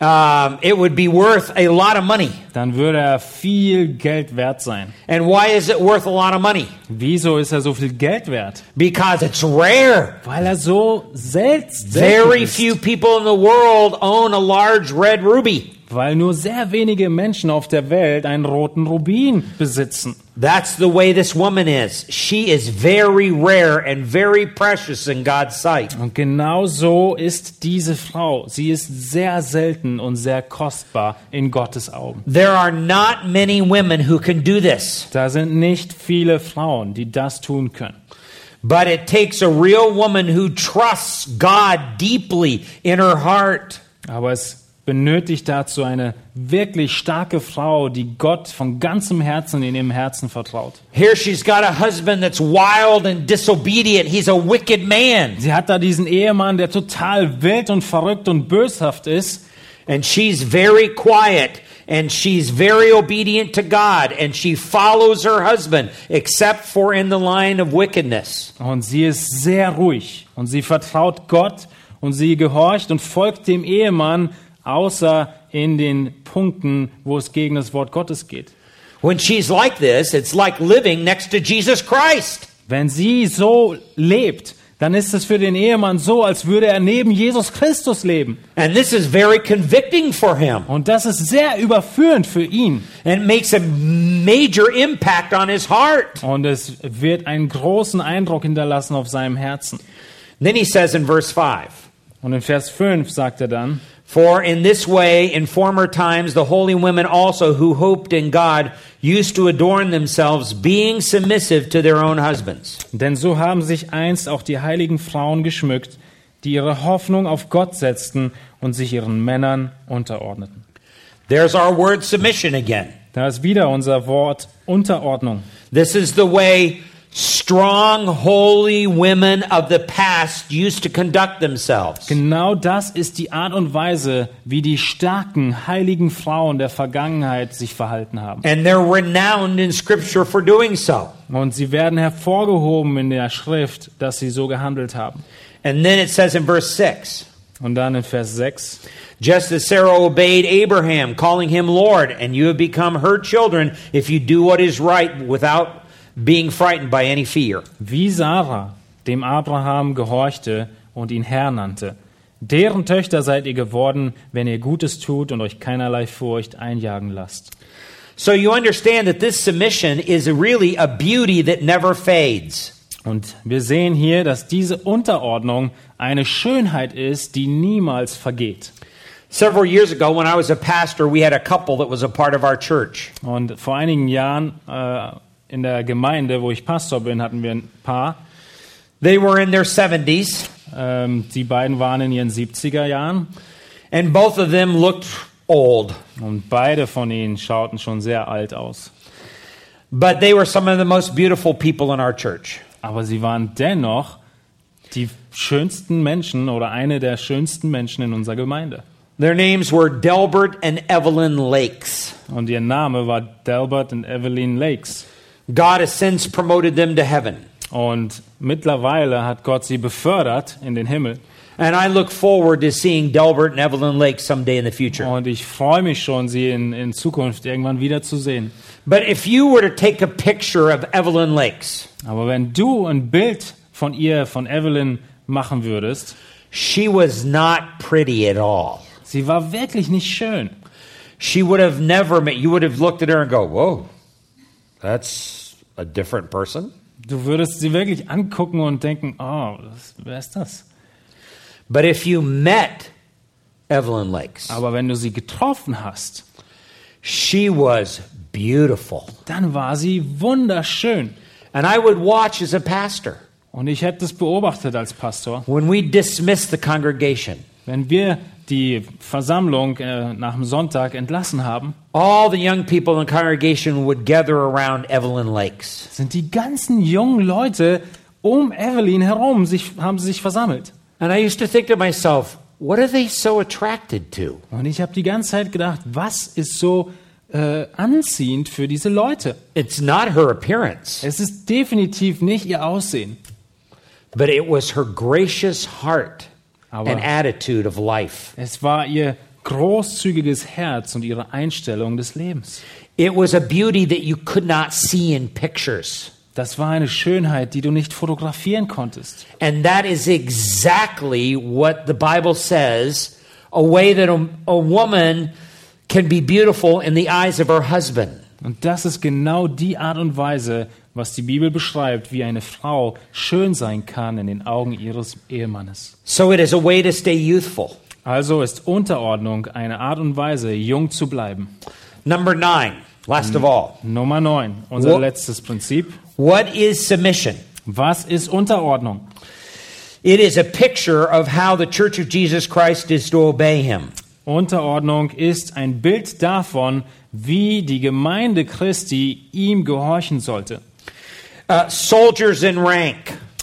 [SPEAKER 1] um, it would be worth a lot of money.
[SPEAKER 2] dann würde er viel Geld wert sein.
[SPEAKER 1] And why is it worth a lot of money?
[SPEAKER 2] Wieso ist er so viel Geld wert?
[SPEAKER 1] Because it's rare.
[SPEAKER 2] Weil er so selten, selten
[SPEAKER 1] Very
[SPEAKER 2] ist.
[SPEAKER 1] few people in the world own a large red ruby.
[SPEAKER 2] Weil nur sehr wenige Menschen auf der Welt einen roten Rubin besitzen.
[SPEAKER 1] That's the way this woman is. She is very rare and very precious in God's sight.
[SPEAKER 2] Und genau so ist diese Frau. Sie ist sehr selten und sehr kostbar in Gottes Augen.
[SPEAKER 1] There are not many women who can do this,
[SPEAKER 2] Da sind nicht viele Frauen, die das tun können.
[SPEAKER 1] but it takes a real woman who trusts God deeply in her heart.
[SPEAKER 2] Aber es benötigt dazu eine wirklich starke Frau, die Gott von ganzem Herzen in ihrem Herzen vertraut.
[SPEAKER 1] Here she's got a husband that's wild and disobedient. He's a wicked man.
[SPEAKER 2] Sie hat da diesen Ehemann, der total wild und verrückt und böshaft ist.
[SPEAKER 1] And she's very quiet and she's very obedient to God and she follows her husband except for in the line of wickedness.
[SPEAKER 2] Und sie ist sehr ruhig und sie vertraut Gott und sie gehorcht und folgt dem Ehemann, außer in den Punkten, wo es gegen das Wort Gottes geht.
[SPEAKER 1] When she's like this, it's like living next to Jesus Christ.
[SPEAKER 2] Wenn sie so lebt, dann ist es für den Ehemann so, als würde er neben Jesus Christus leben.
[SPEAKER 1] And this is very convicting for him.
[SPEAKER 2] Und das ist sehr überführend für ihn.
[SPEAKER 1] and it makes a major impact on his heart.
[SPEAKER 2] Und es wird einen großen Eindruck hinterlassen auf seinem Herzen.
[SPEAKER 1] Then he says in verse 5
[SPEAKER 2] Und in Vers 5 sagt er dann,
[SPEAKER 1] For in this way, in former times, the holy women also who hoped in God used to adorn themselves, being submissive to their own husbands.
[SPEAKER 2] Denn so haben sich einst auch die heiligen Frauen geschmückt, die ihre Hoffnung auf Gott setzten und sich ihren Männern unterordneten.
[SPEAKER 1] There's our word submission again.
[SPEAKER 2] Da ist wieder unser Wort Unterordnung.
[SPEAKER 1] This is the way strong, holy women of the past used to conduct themselves.
[SPEAKER 2] Genau das ist die Art und Weise, wie die starken, heiligen Frauen der Vergangenheit sich verhalten haben.
[SPEAKER 1] And they're renowned in Scripture for doing so.
[SPEAKER 2] Und sie werden hervorgehoben in der Schrift, dass sie so gehandelt haben.
[SPEAKER 1] And then it says in verse 6
[SPEAKER 2] Und dann in Vers 6.
[SPEAKER 1] Just as Sarah obeyed Abraham, calling him Lord, and you have become her children if you do what is right without being frightened by any fear.
[SPEAKER 2] Wie Sarah dem Abraham gehorchte und ihn Herr nannte, deren Töchter seid ihr geworden, wenn ihr Gutes tut und euch keinerlei Furcht einjagen lasst.
[SPEAKER 1] So you understand that this submission is really a beauty that never fades.
[SPEAKER 2] Und wir sehen hier, dass diese Unterordnung eine Schönheit ist, die niemals vergeht.
[SPEAKER 1] Several years ago, when I was a pastor, we had a couple that was a part of our church.
[SPEAKER 2] Und vor einigen Jahren äh, in der Gemeinde, wo ich Pastor bin, hatten wir ein Paar.
[SPEAKER 1] They were in their 70s,
[SPEAKER 2] Ähm, die beiden waren in ihren 70er Jahren
[SPEAKER 1] and both of them looked old.
[SPEAKER 2] und beide von ihnen schauten schon sehr alt aus.
[SPEAKER 1] but they were some of the most beautiful people in our church.
[SPEAKER 2] Aber sie waren dennoch die schönsten Menschen oder eine der schönsten Menschen in unserer Gemeinde.
[SPEAKER 1] Their names were Delbert and Evelyn Lakes.
[SPEAKER 2] Und ihr Name war Delbert und Evelyn Lakes.
[SPEAKER 1] God has since promoted them to heaven.
[SPEAKER 2] Und mittlerweile hat Gott sie befördert in den Himmel.
[SPEAKER 1] And I look forward to seeing Delbert and Evelyn Lakes someday in the future.
[SPEAKER 2] Und ich freue mich schon, sie in, in Zukunft irgendwann wiederzusehen.
[SPEAKER 1] But if you were to take a picture of Evelyn Lakes,
[SPEAKER 2] Aber wenn du ein Bild von ihr, von Evelyn, machen würdest,
[SPEAKER 1] she was not pretty at all.
[SPEAKER 2] sie war wirklich nicht schön.
[SPEAKER 1] She would have never met, you would have looked at her and go, whoa, that's a different person.
[SPEAKER 2] Du würdest sie wirklich angucken und denken, oh, was, wer ist das?
[SPEAKER 1] But if you met Evelyn Lakes,
[SPEAKER 2] Aber wenn du sie getroffen hast,
[SPEAKER 1] she was beautiful.
[SPEAKER 2] dann war sie wunderschön.
[SPEAKER 1] And I would watch as a pastor
[SPEAKER 2] Und ich hätte es beobachtet als Pastor.
[SPEAKER 1] when we dismissed the congregation.
[SPEAKER 2] Wenn wir die Versammlung äh, nach dem Sonntag entlassen haben,
[SPEAKER 1] All the young people in the congregation would gather around Evelyn Lakes.
[SPEAKER 2] sind die ganzen jungen Leute um Evelyn herum, sich, haben sie sich versammelt.
[SPEAKER 1] And I used to think to myself, what are they so attracted to?
[SPEAKER 2] Und ich habe die ganze Zeit gedacht, was ist so äh, anziehend für diese Leute?
[SPEAKER 1] It's not her appearance,
[SPEAKER 2] Es ist definitiv nicht ihr Aussehen,
[SPEAKER 1] but it was her gracious heart
[SPEAKER 2] Aber-
[SPEAKER 1] and attitude of life.
[SPEAKER 2] es war ihr großzügiges Herz und ihre Einstellung des Lebens.
[SPEAKER 1] It was a beauty that you could not see in pictures.
[SPEAKER 2] Das war eine Schönheit, die du nicht fotografieren konntest.
[SPEAKER 1] And that is exactly what the Bible says a way that a, a woman can be beautiful in the eyes of her husband.
[SPEAKER 2] Und das ist genau die Art und Weise, was die Bibel beschreibt, wie eine Frau schön sein kann in den Augen ihres Ehemannes.
[SPEAKER 1] So it is a way to stay youthful.
[SPEAKER 2] Also ist Unterordnung eine Art und Weise, jung zu bleiben.
[SPEAKER 1] Number nine, last of all,
[SPEAKER 2] Nummer 9, unser
[SPEAKER 1] Wo-
[SPEAKER 2] letztes Prinzip.
[SPEAKER 1] what is submission?
[SPEAKER 2] Was ist Unterordnung?
[SPEAKER 1] It is a picture of how the church of Jesus Christ is to obey him.
[SPEAKER 2] Unterordnung ist ein Bild davon, wie die Gemeinde Christi ihm gehorchen sollte.
[SPEAKER 1] Uh, soldiers in rank,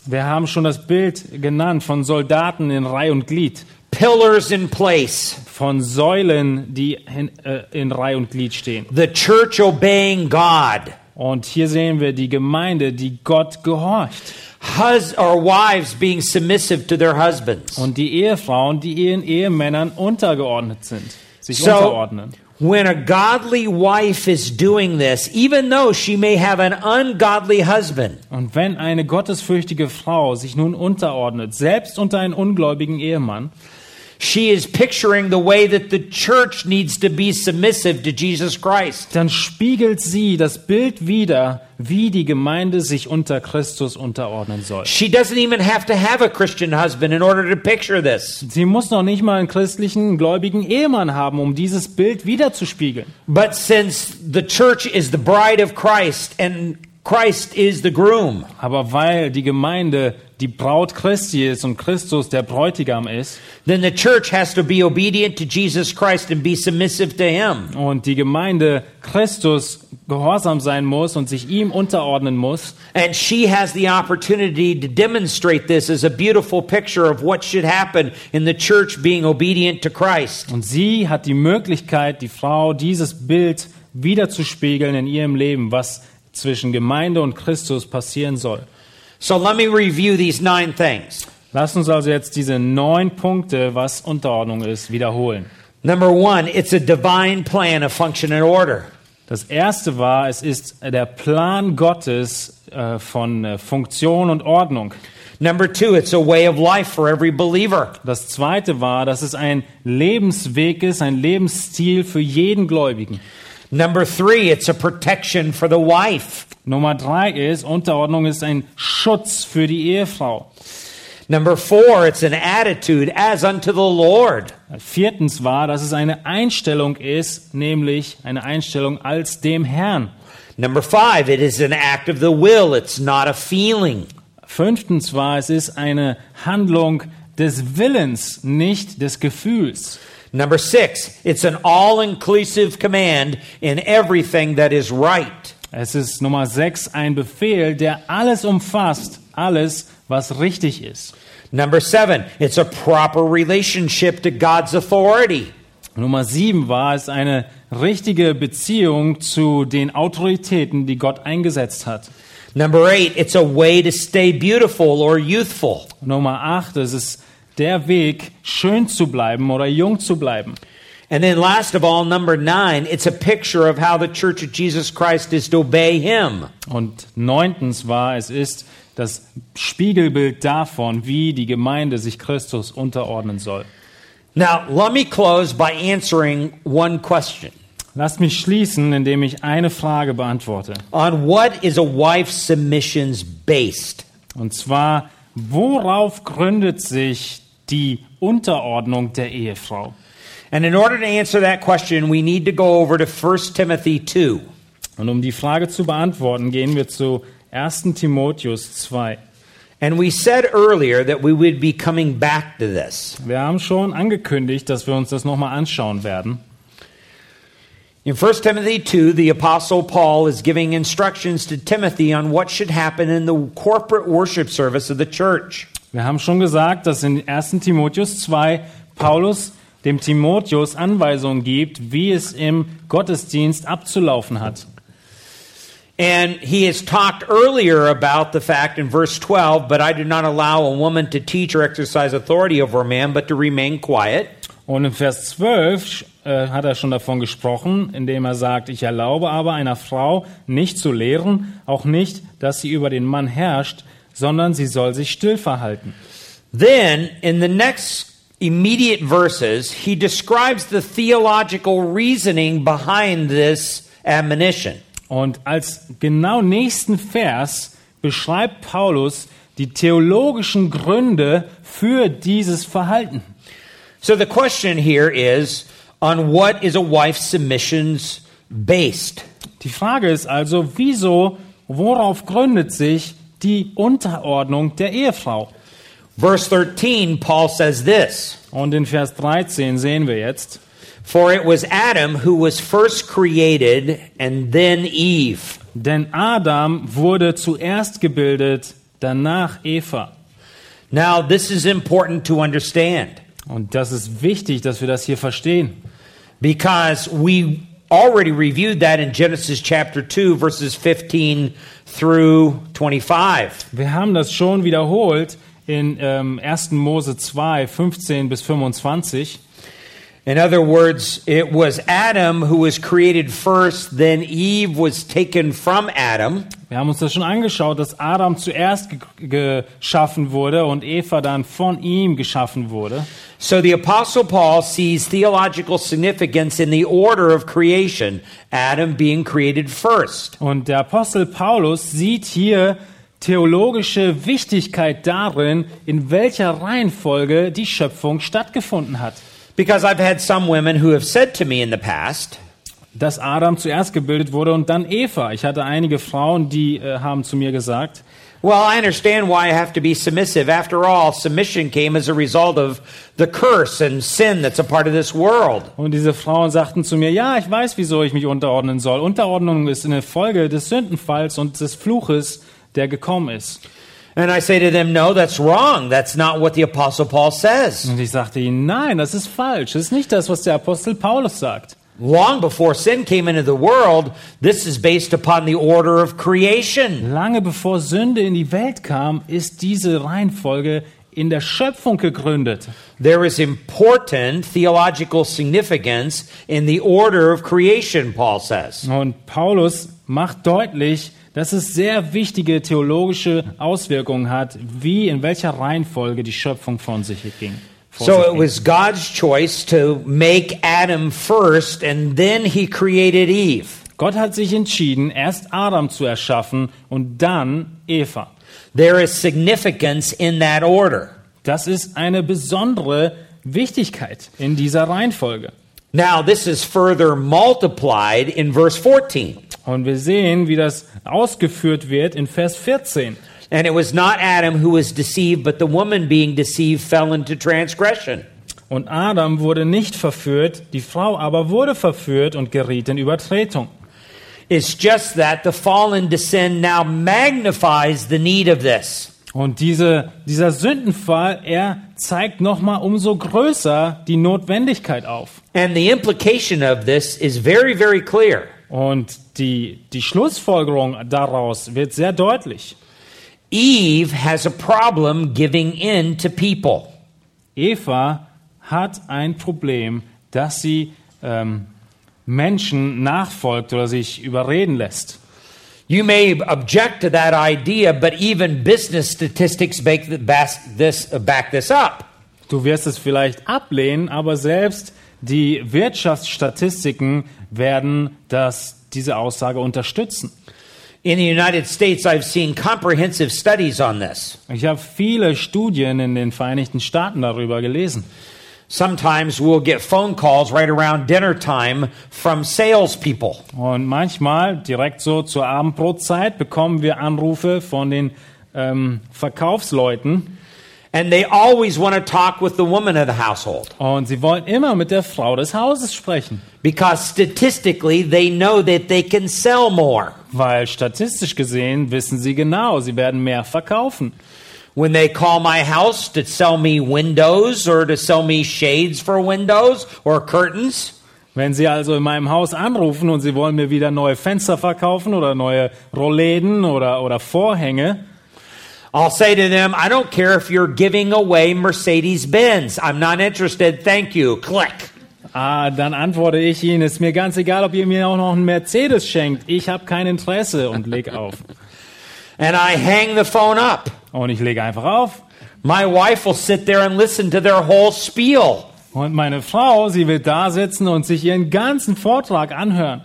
[SPEAKER 2] Wir haben schon das Bild genannt von Soldaten in Reih und Glied,
[SPEAKER 1] pillars in place,
[SPEAKER 2] von Säulen, die in, äh, in Reih und Glied stehen.
[SPEAKER 1] the church obeying God.
[SPEAKER 2] Und hier sehen wir die Gemeinde, die Gott gehorcht.
[SPEAKER 1] Hus- or wives being submissive to their husbands.
[SPEAKER 2] Und die Ehefrauen, die ihren Ehemännern untergeordnet sind, sich
[SPEAKER 1] So,
[SPEAKER 2] unterordnen.
[SPEAKER 1] when a godly wife is doing this, even though she may have an ungodly husband,
[SPEAKER 2] Und wenn eine gottesfürchtige Frau sich nun unterordnet, selbst unter einen ungläubigen Ehemann,
[SPEAKER 1] she is picturing the way that the church needs to be submissive to Jesus Christ.
[SPEAKER 2] dann spiegelt sie das Bild wider, wie die Gemeinde sich unter Christus unterordnen soll.
[SPEAKER 1] She doesn't even have to have a Christian husband in order to picture this.
[SPEAKER 2] Sie muss noch nicht mal einen christlichen, gläubigen Ehemann haben, um dieses Bild wiederzuspiegeln.
[SPEAKER 1] But since the church is the bride of Christ and Christ is the groom,
[SPEAKER 2] Aber weil die Gemeinde die Braut Christi ist und Christus der Bräutigam ist,
[SPEAKER 1] then the church has to be obedient to Jesus Christ and be submissive to him.
[SPEAKER 2] und die Gemeinde Christus gehorsam sein muss und sich ihm unterordnen muss,
[SPEAKER 1] And she has the opportunity to demonstrate this as a beautiful picture of what should happen in the church being obedient to Christ.
[SPEAKER 2] und sie hat die Möglichkeit, die Frau dieses Bild wiederzuspiegeln in ihrem Leben, was zwischen Gemeinde und Christus passieren soll.
[SPEAKER 1] So let me review these nine things.
[SPEAKER 2] Lass uns also jetzt diese neun Punkte, was Unterordnung ist, wiederholen.
[SPEAKER 1] Number one, it's a divine plan of function and order.
[SPEAKER 2] Das erste war, es ist der Plan Gottes äh, von äh, Funktion und Ordnung.
[SPEAKER 1] Number two, it's a way of life for every believer.
[SPEAKER 2] Das zweite war, dass es ein Lebensweg ist, ein Lebensstil für jeden Gläubigen.
[SPEAKER 1] Number three, it's a protection for the wife.
[SPEAKER 2] Nummer drei ist, Unterordnung ist ein Schutz für die Ehefrau.
[SPEAKER 1] Number four, it's an attitude as unto the Lord.
[SPEAKER 2] Viertens war, dass es eine Einstellung ist, nämlich eine Einstellung als dem Herrn.
[SPEAKER 1] Number five, it is an act of the will, it's not a feeling.
[SPEAKER 2] Fünftens war, es ist eine Handlung des Willens, nicht des Gefühls.
[SPEAKER 1] Number six, it's an all inclusive command in everything that is right.
[SPEAKER 2] Es ist Nummer 6 ein Befehl, der alles umfasst, alles, was richtig ist.
[SPEAKER 1] Number seven, it's a proper relationship to God's authority.
[SPEAKER 2] Nummer 7 war es eine richtige Beziehung zu den Autoritäten, die Gott eingesetzt hat.
[SPEAKER 1] Number eight, it's a way to stay beautiful or youthful.
[SPEAKER 2] Nummer 8 ist es der Weg, schön zu bleiben oder jung zu bleiben.
[SPEAKER 1] And then last of all, number nine, it's a picture of how the church of Jesus Christ is to obey him.
[SPEAKER 2] Und neuntens war es ist das Spiegelbild davon, wie die Gemeinde sich Christus unterordnen soll.
[SPEAKER 1] Now, let me close by answering one question.
[SPEAKER 2] Lasst mich schließen, indem ich eine Frage beantworte.
[SPEAKER 1] On what is a wife's submissions based?
[SPEAKER 2] Und zwar, worauf gründet sich die Unterordnung der Ehefrau?
[SPEAKER 1] And in order to answer that question, we need to go over to 1 Timothy 2.
[SPEAKER 2] Und um die Frage zu beantworten, gehen wir zu 1. Timotheus 2.
[SPEAKER 1] And we said earlier that we would be coming back to this.
[SPEAKER 2] Wir haben schon angekündigt, dass wir uns das nochmal anschauen werden.
[SPEAKER 1] In 1 Timothy 2, the Apostle Paul is giving instructions to Timothy on what should happen in the corporate worship service of the church.
[SPEAKER 2] Wir haben schon gesagt, dass in 1. Timotheus 2 Paulus dem Timotheus Anweisungen gibt, wie es im Gottesdienst abzulaufen hat.
[SPEAKER 1] And he has talked earlier about the fact in verse 12, but I do not allow a woman to teach or exercise authority over a man, but to remain quiet.
[SPEAKER 2] Und im Vers 12 äh, hat er schon davon gesprochen, indem er sagt, ich erlaube aber einer Frau nicht zu lehren, auch nicht, dass sie über den Mann herrscht, sondern sie soll sich still verhalten.
[SPEAKER 1] Then, in the next immediate verses, he describes the theological reasoning behind this admonition.
[SPEAKER 2] Und als genau nächsten Vers beschreibt Paulus die theologischen Gründe für dieses Verhalten.
[SPEAKER 1] So the question here is on what is a wife's submissions based?
[SPEAKER 2] Die Frage ist also, wieso, worauf gründet sich die Unterordnung der Ehefrau?
[SPEAKER 1] Verse 13, Paul says this.
[SPEAKER 2] Und in Vers 13 sehen wir jetzt,
[SPEAKER 1] For it was Adam who was first created and then Eve.
[SPEAKER 2] denn Adam wurde zuerst gebildet, danach Eva.
[SPEAKER 1] Now, this is important to understand
[SPEAKER 2] Und das ist wichtig, dass wir das hier verstehen.
[SPEAKER 1] because we already reviewed that in Genesis chapter 2, verses 15 through 25.
[SPEAKER 2] Wir haben das schon wiederholt in ähm, 1. Mose 2, 15 bis 25.
[SPEAKER 1] In other words, it was Adam who was created first, then Eve was taken from Adam.
[SPEAKER 2] Wir haben uns das schon angeschaut, dass Adam zuerst ge- geschaffen wurde und Eva dann von ihm geschaffen wurde.
[SPEAKER 1] So the Apostle Paul sees theological significance in the order of creation, Adam being created first.
[SPEAKER 2] Und der Apostel Paulus sieht hier theologische Wichtigkeit darin, in welcher Reihenfolge die Schöpfung stattgefunden hat.
[SPEAKER 1] Because I've had some women who have said to me in the past,
[SPEAKER 2] Dass Adam zuerst gebildet wurde und dann Eva. Ich hatte einige Frauen, die äh, haben zu mir gesagt,
[SPEAKER 1] Well, I understand why I have to be submissive. After all, submission came as a result of the curse and sin that's a part of this world.
[SPEAKER 2] und diese Frauen sagten zu mir, ja, ich weiß, wieso ich mich unterordnen soll. Unterordnung ist eine Folge des Sündenfalls und des Fluches, der gekommen ist.
[SPEAKER 1] And I say to them, no, that's wrong. That's not what the Apostle Paul says.
[SPEAKER 2] Und ich sagte ihnen, nein, das ist falsch. Das ist nicht das, was der Apostel Paulus sagt.
[SPEAKER 1] Long before sin came into the world, this is based upon the order of creation.
[SPEAKER 2] Lange bevor Sünde in die Welt kam, ist diese Reihenfolge in der Schöpfung gegründet.
[SPEAKER 1] There is important theological significance in the order of creation, Paul says.
[SPEAKER 2] Und Paulus macht deutlich, dass es sehr wichtige theologische Auswirkungen hat, wie in welcher Reihenfolge die Schöpfung von sich ging. vor sich
[SPEAKER 1] So it
[SPEAKER 2] ging.
[SPEAKER 1] was God's choice to make Adam first, and then he created Eve.
[SPEAKER 2] Gott hat sich entschieden, erst Adam zu erschaffen und dann Eva.
[SPEAKER 1] There is significance in that order.
[SPEAKER 2] Das ist eine besondere Wichtigkeit in dieser Reihenfolge.
[SPEAKER 1] Now, this is further multiplied in verse 14.
[SPEAKER 2] Und wir sehen, wie das ausgeführt wird in Vers 14.
[SPEAKER 1] And it was not Adam who was deceived, but the woman being deceived fell into transgression.
[SPEAKER 2] Und Adam wurde nicht verführt, die Frau aber wurde verführt und geriet in Übertretung.
[SPEAKER 1] It's just that the fallen descent now magnifies the need of this.
[SPEAKER 2] Und diese, dieser Sündenfall, er zeigt nochmal umso größer die Notwendigkeit auf.
[SPEAKER 1] And the implication of this is very, very clear.
[SPEAKER 2] Und die, die Schlussfolgerung daraus wird sehr deutlich.
[SPEAKER 1] Eve has a problem giving in to people.
[SPEAKER 2] Eva hat ein Problem, dass sie ähm, Menschen nachfolgt oder sich überreden lässt.
[SPEAKER 1] You may object to that idea, but even business statistics make the bas- this, uh, back this up.
[SPEAKER 2] Du wirst es vielleicht ablehnen, aber selbst die Wirtschaftsstatistiken werden das, diese Aussage unterstützen.
[SPEAKER 1] In the United States, I've seen comprehensive studies on this.
[SPEAKER 2] Ich habe viele Studien in den Vereinigten Staaten darüber gelesen.
[SPEAKER 1] Sometimes we'll get phone calls right around dinner time from salespeople.
[SPEAKER 2] Und manchmal, direkt so zur Abendbrotzeit, bekommen wir Anrufe von den ähm, Verkaufsleuten
[SPEAKER 1] And they always want to talk with the woman of the household
[SPEAKER 2] und sie wollen immer mit der Frau des Hauses sprechen,
[SPEAKER 1] because statistically they know that they can sell more.
[SPEAKER 2] weil statistisch gesehen wissen sie genau, sie werden mehr verkaufen.
[SPEAKER 1] When they call my house to sell me windows or to sell me shades for windows or curtains,
[SPEAKER 2] Wenn sie also in meinem Haus anrufen und sie wollen mir wieder neue Fenster verkaufen oder neue Rollläden oder, oder Vorhänge,
[SPEAKER 1] I'll say to them, I don't care if you're giving away Mercedes Benz. I'm not interested. Thank you. Click.
[SPEAKER 2] ah, dann antworte ich ihnen, ist mir ganz egal, ob ihr mir auch noch einen Mercedes schenkt, ich habe kein Interesse und leg auf.
[SPEAKER 1] And I hang the phone up.
[SPEAKER 2] Und ich lege einfach auf.
[SPEAKER 1] My wife will sit there and listen to their whole spiel.
[SPEAKER 2] Und meine Frau, sie wird da sitzen und sich ihren ganzen Vortrag anhören.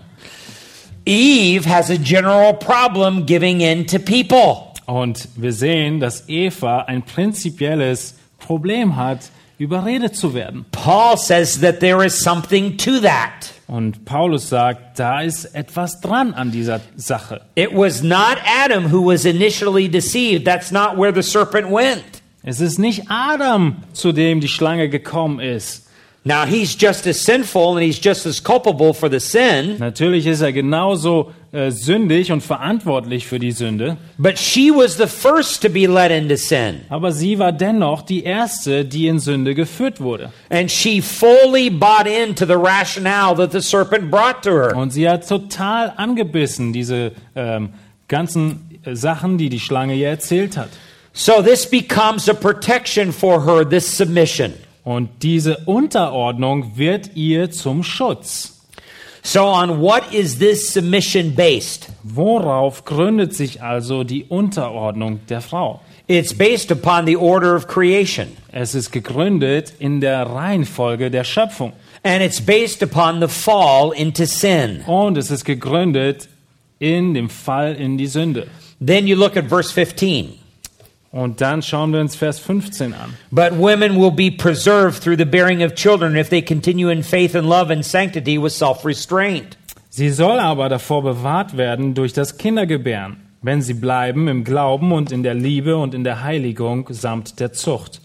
[SPEAKER 1] Eve has a general problem giving in to people.
[SPEAKER 2] Und wir sehen, dass Eva ein prinzipielles Problem hat, überredet zu werden.
[SPEAKER 1] Paul says that there is something to that.
[SPEAKER 2] Und Paulus sagt, da ist etwas dran an dieser Sache.
[SPEAKER 1] It was not Adam who was initially deceived. That's not where the serpent went.
[SPEAKER 2] Es ist nicht Adam, zu dem die Schlange gekommen ist.
[SPEAKER 1] Now he's just as sinful and he's just as culpable for the sin,
[SPEAKER 2] Natürlich ist er genauso äh, sündig und verantwortlich für die Sünde,
[SPEAKER 1] but she was the first to be led into sin.
[SPEAKER 2] aber sie war dennoch die erste, die in Sünde geführt wurde.
[SPEAKER 1] And she fully bought into the rationale that the serpent brought to her.
[SPEAKER 2] Und sie hat total angebissen, diese ähm, ganzen äh, Sachen, die die Schlange ihr erzählt hat.
[SPEAKER 1] So this becomes a protection for her, this submission.
[SPEAKER 2] Und diese Unterordnung wird ihr zum Schutz.
[SPEAKER 1] So, on what is this submission based?
[SPEAKER 2] Worauf gründet sich also die Unterordnung der Frau?
[SPEAKER 1] It's based upon the order of creation,
[SPEAKER 2] Es ist gegründet in der Reihenfolge der Schöpfung.
[SPEAKER 1] and it's based upon the fall into sin.
[SPEAKER 2] Und es ist gegründet in dem Fall in die Sünde.
[SPEAKER 1] Then you look at verse 15.
[SPEAKER 2] Und dann schauen wir uns Vers 15 an.
[SPEAKER 1] But women will be preserved through the bearing of children if they continue in faith and love and sanctity with self restraint.
[SPEAKER 2] Sie soll aber davor bewahrt werden durch das Kindergebären, wenn sie bleiben im Glauben und in der Liebe und in der Heiligung samt der Zucht.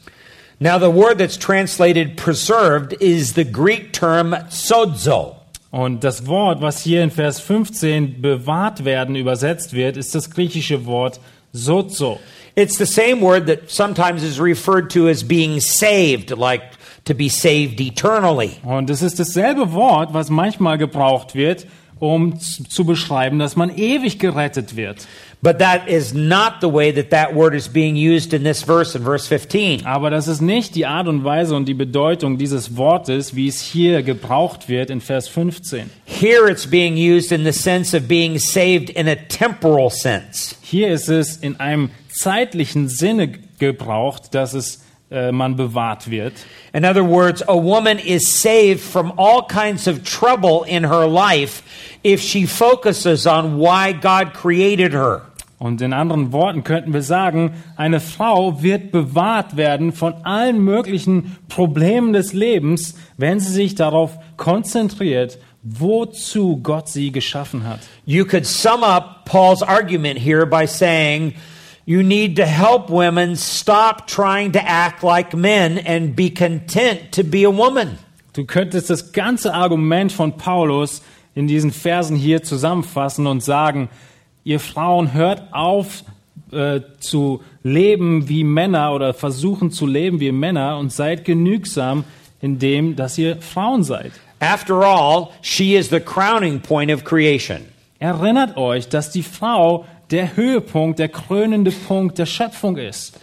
[SPEAKER 1] Now, the word that's translated preserved is the Greek term sozo.
[SPEAKER 2] Und das Wort, was hier in Vers 15 bewahrt werden übersetzt wird, ist das griechische Wort sozo.
[SPEAKER 1] It's the same word that sometimes is referred to as being saved, like to be saved eternally.
[SPEAKER 2] Und es ist dasselbe Wort, was manchmal gebraucht wird, um z- zu beschreiben, dass man ewig gerettet wird.
[SPEAKER 1] But that is not the way that that word is being used in this verse, in verse 15.
[SPEAKER 2] Aber das ist nicht die Art und Weise und die Bedeutung dieses Wortes, wie es hier gebraucht wird in Vers 15.
[SPEAKER 1] Here it's being used in the sense of being saved in a temporal sense.
[SPEAKER 2] Hier ist es in einem zeitlichen Sinne gebraucht, dass es äh, man bewahrt wird.
[SPEAKER 1] In other words, a woman is saved from all kinds of trouble in her life if she focuses on why God created her.
[SPEAKER 2] Und in anderen Worten könnten wir sagen, eine Frau wird bewahrt werden von allen möglichen Problemen des Lebens, wenn sie sich darauf konzentriert, wozu Gott sie geschaffen hat.
[SPEAKER 1] You could sum up Paul's argument here by saying, you need to help women stop trying to act like men and be content to be a woman.
[SPEAKER 2] Du könntest das ganze Argument von Paulus in diesen Versen hier zusammenfassen und sagen, ihr Frauen hört auf äh, zu leben wie Männer oder versuchen zu leben wie Männer und seid genügsam in dem, dass ihr Frauen seid.
[SPEAKER 1] After all, she is the crowning point of creation.
[SPEAKER 2] Erinnert euch, dass die Frau der Höhepunkt, der krönende Punkt der Schöpfung ist.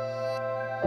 [SPEAKER 3] E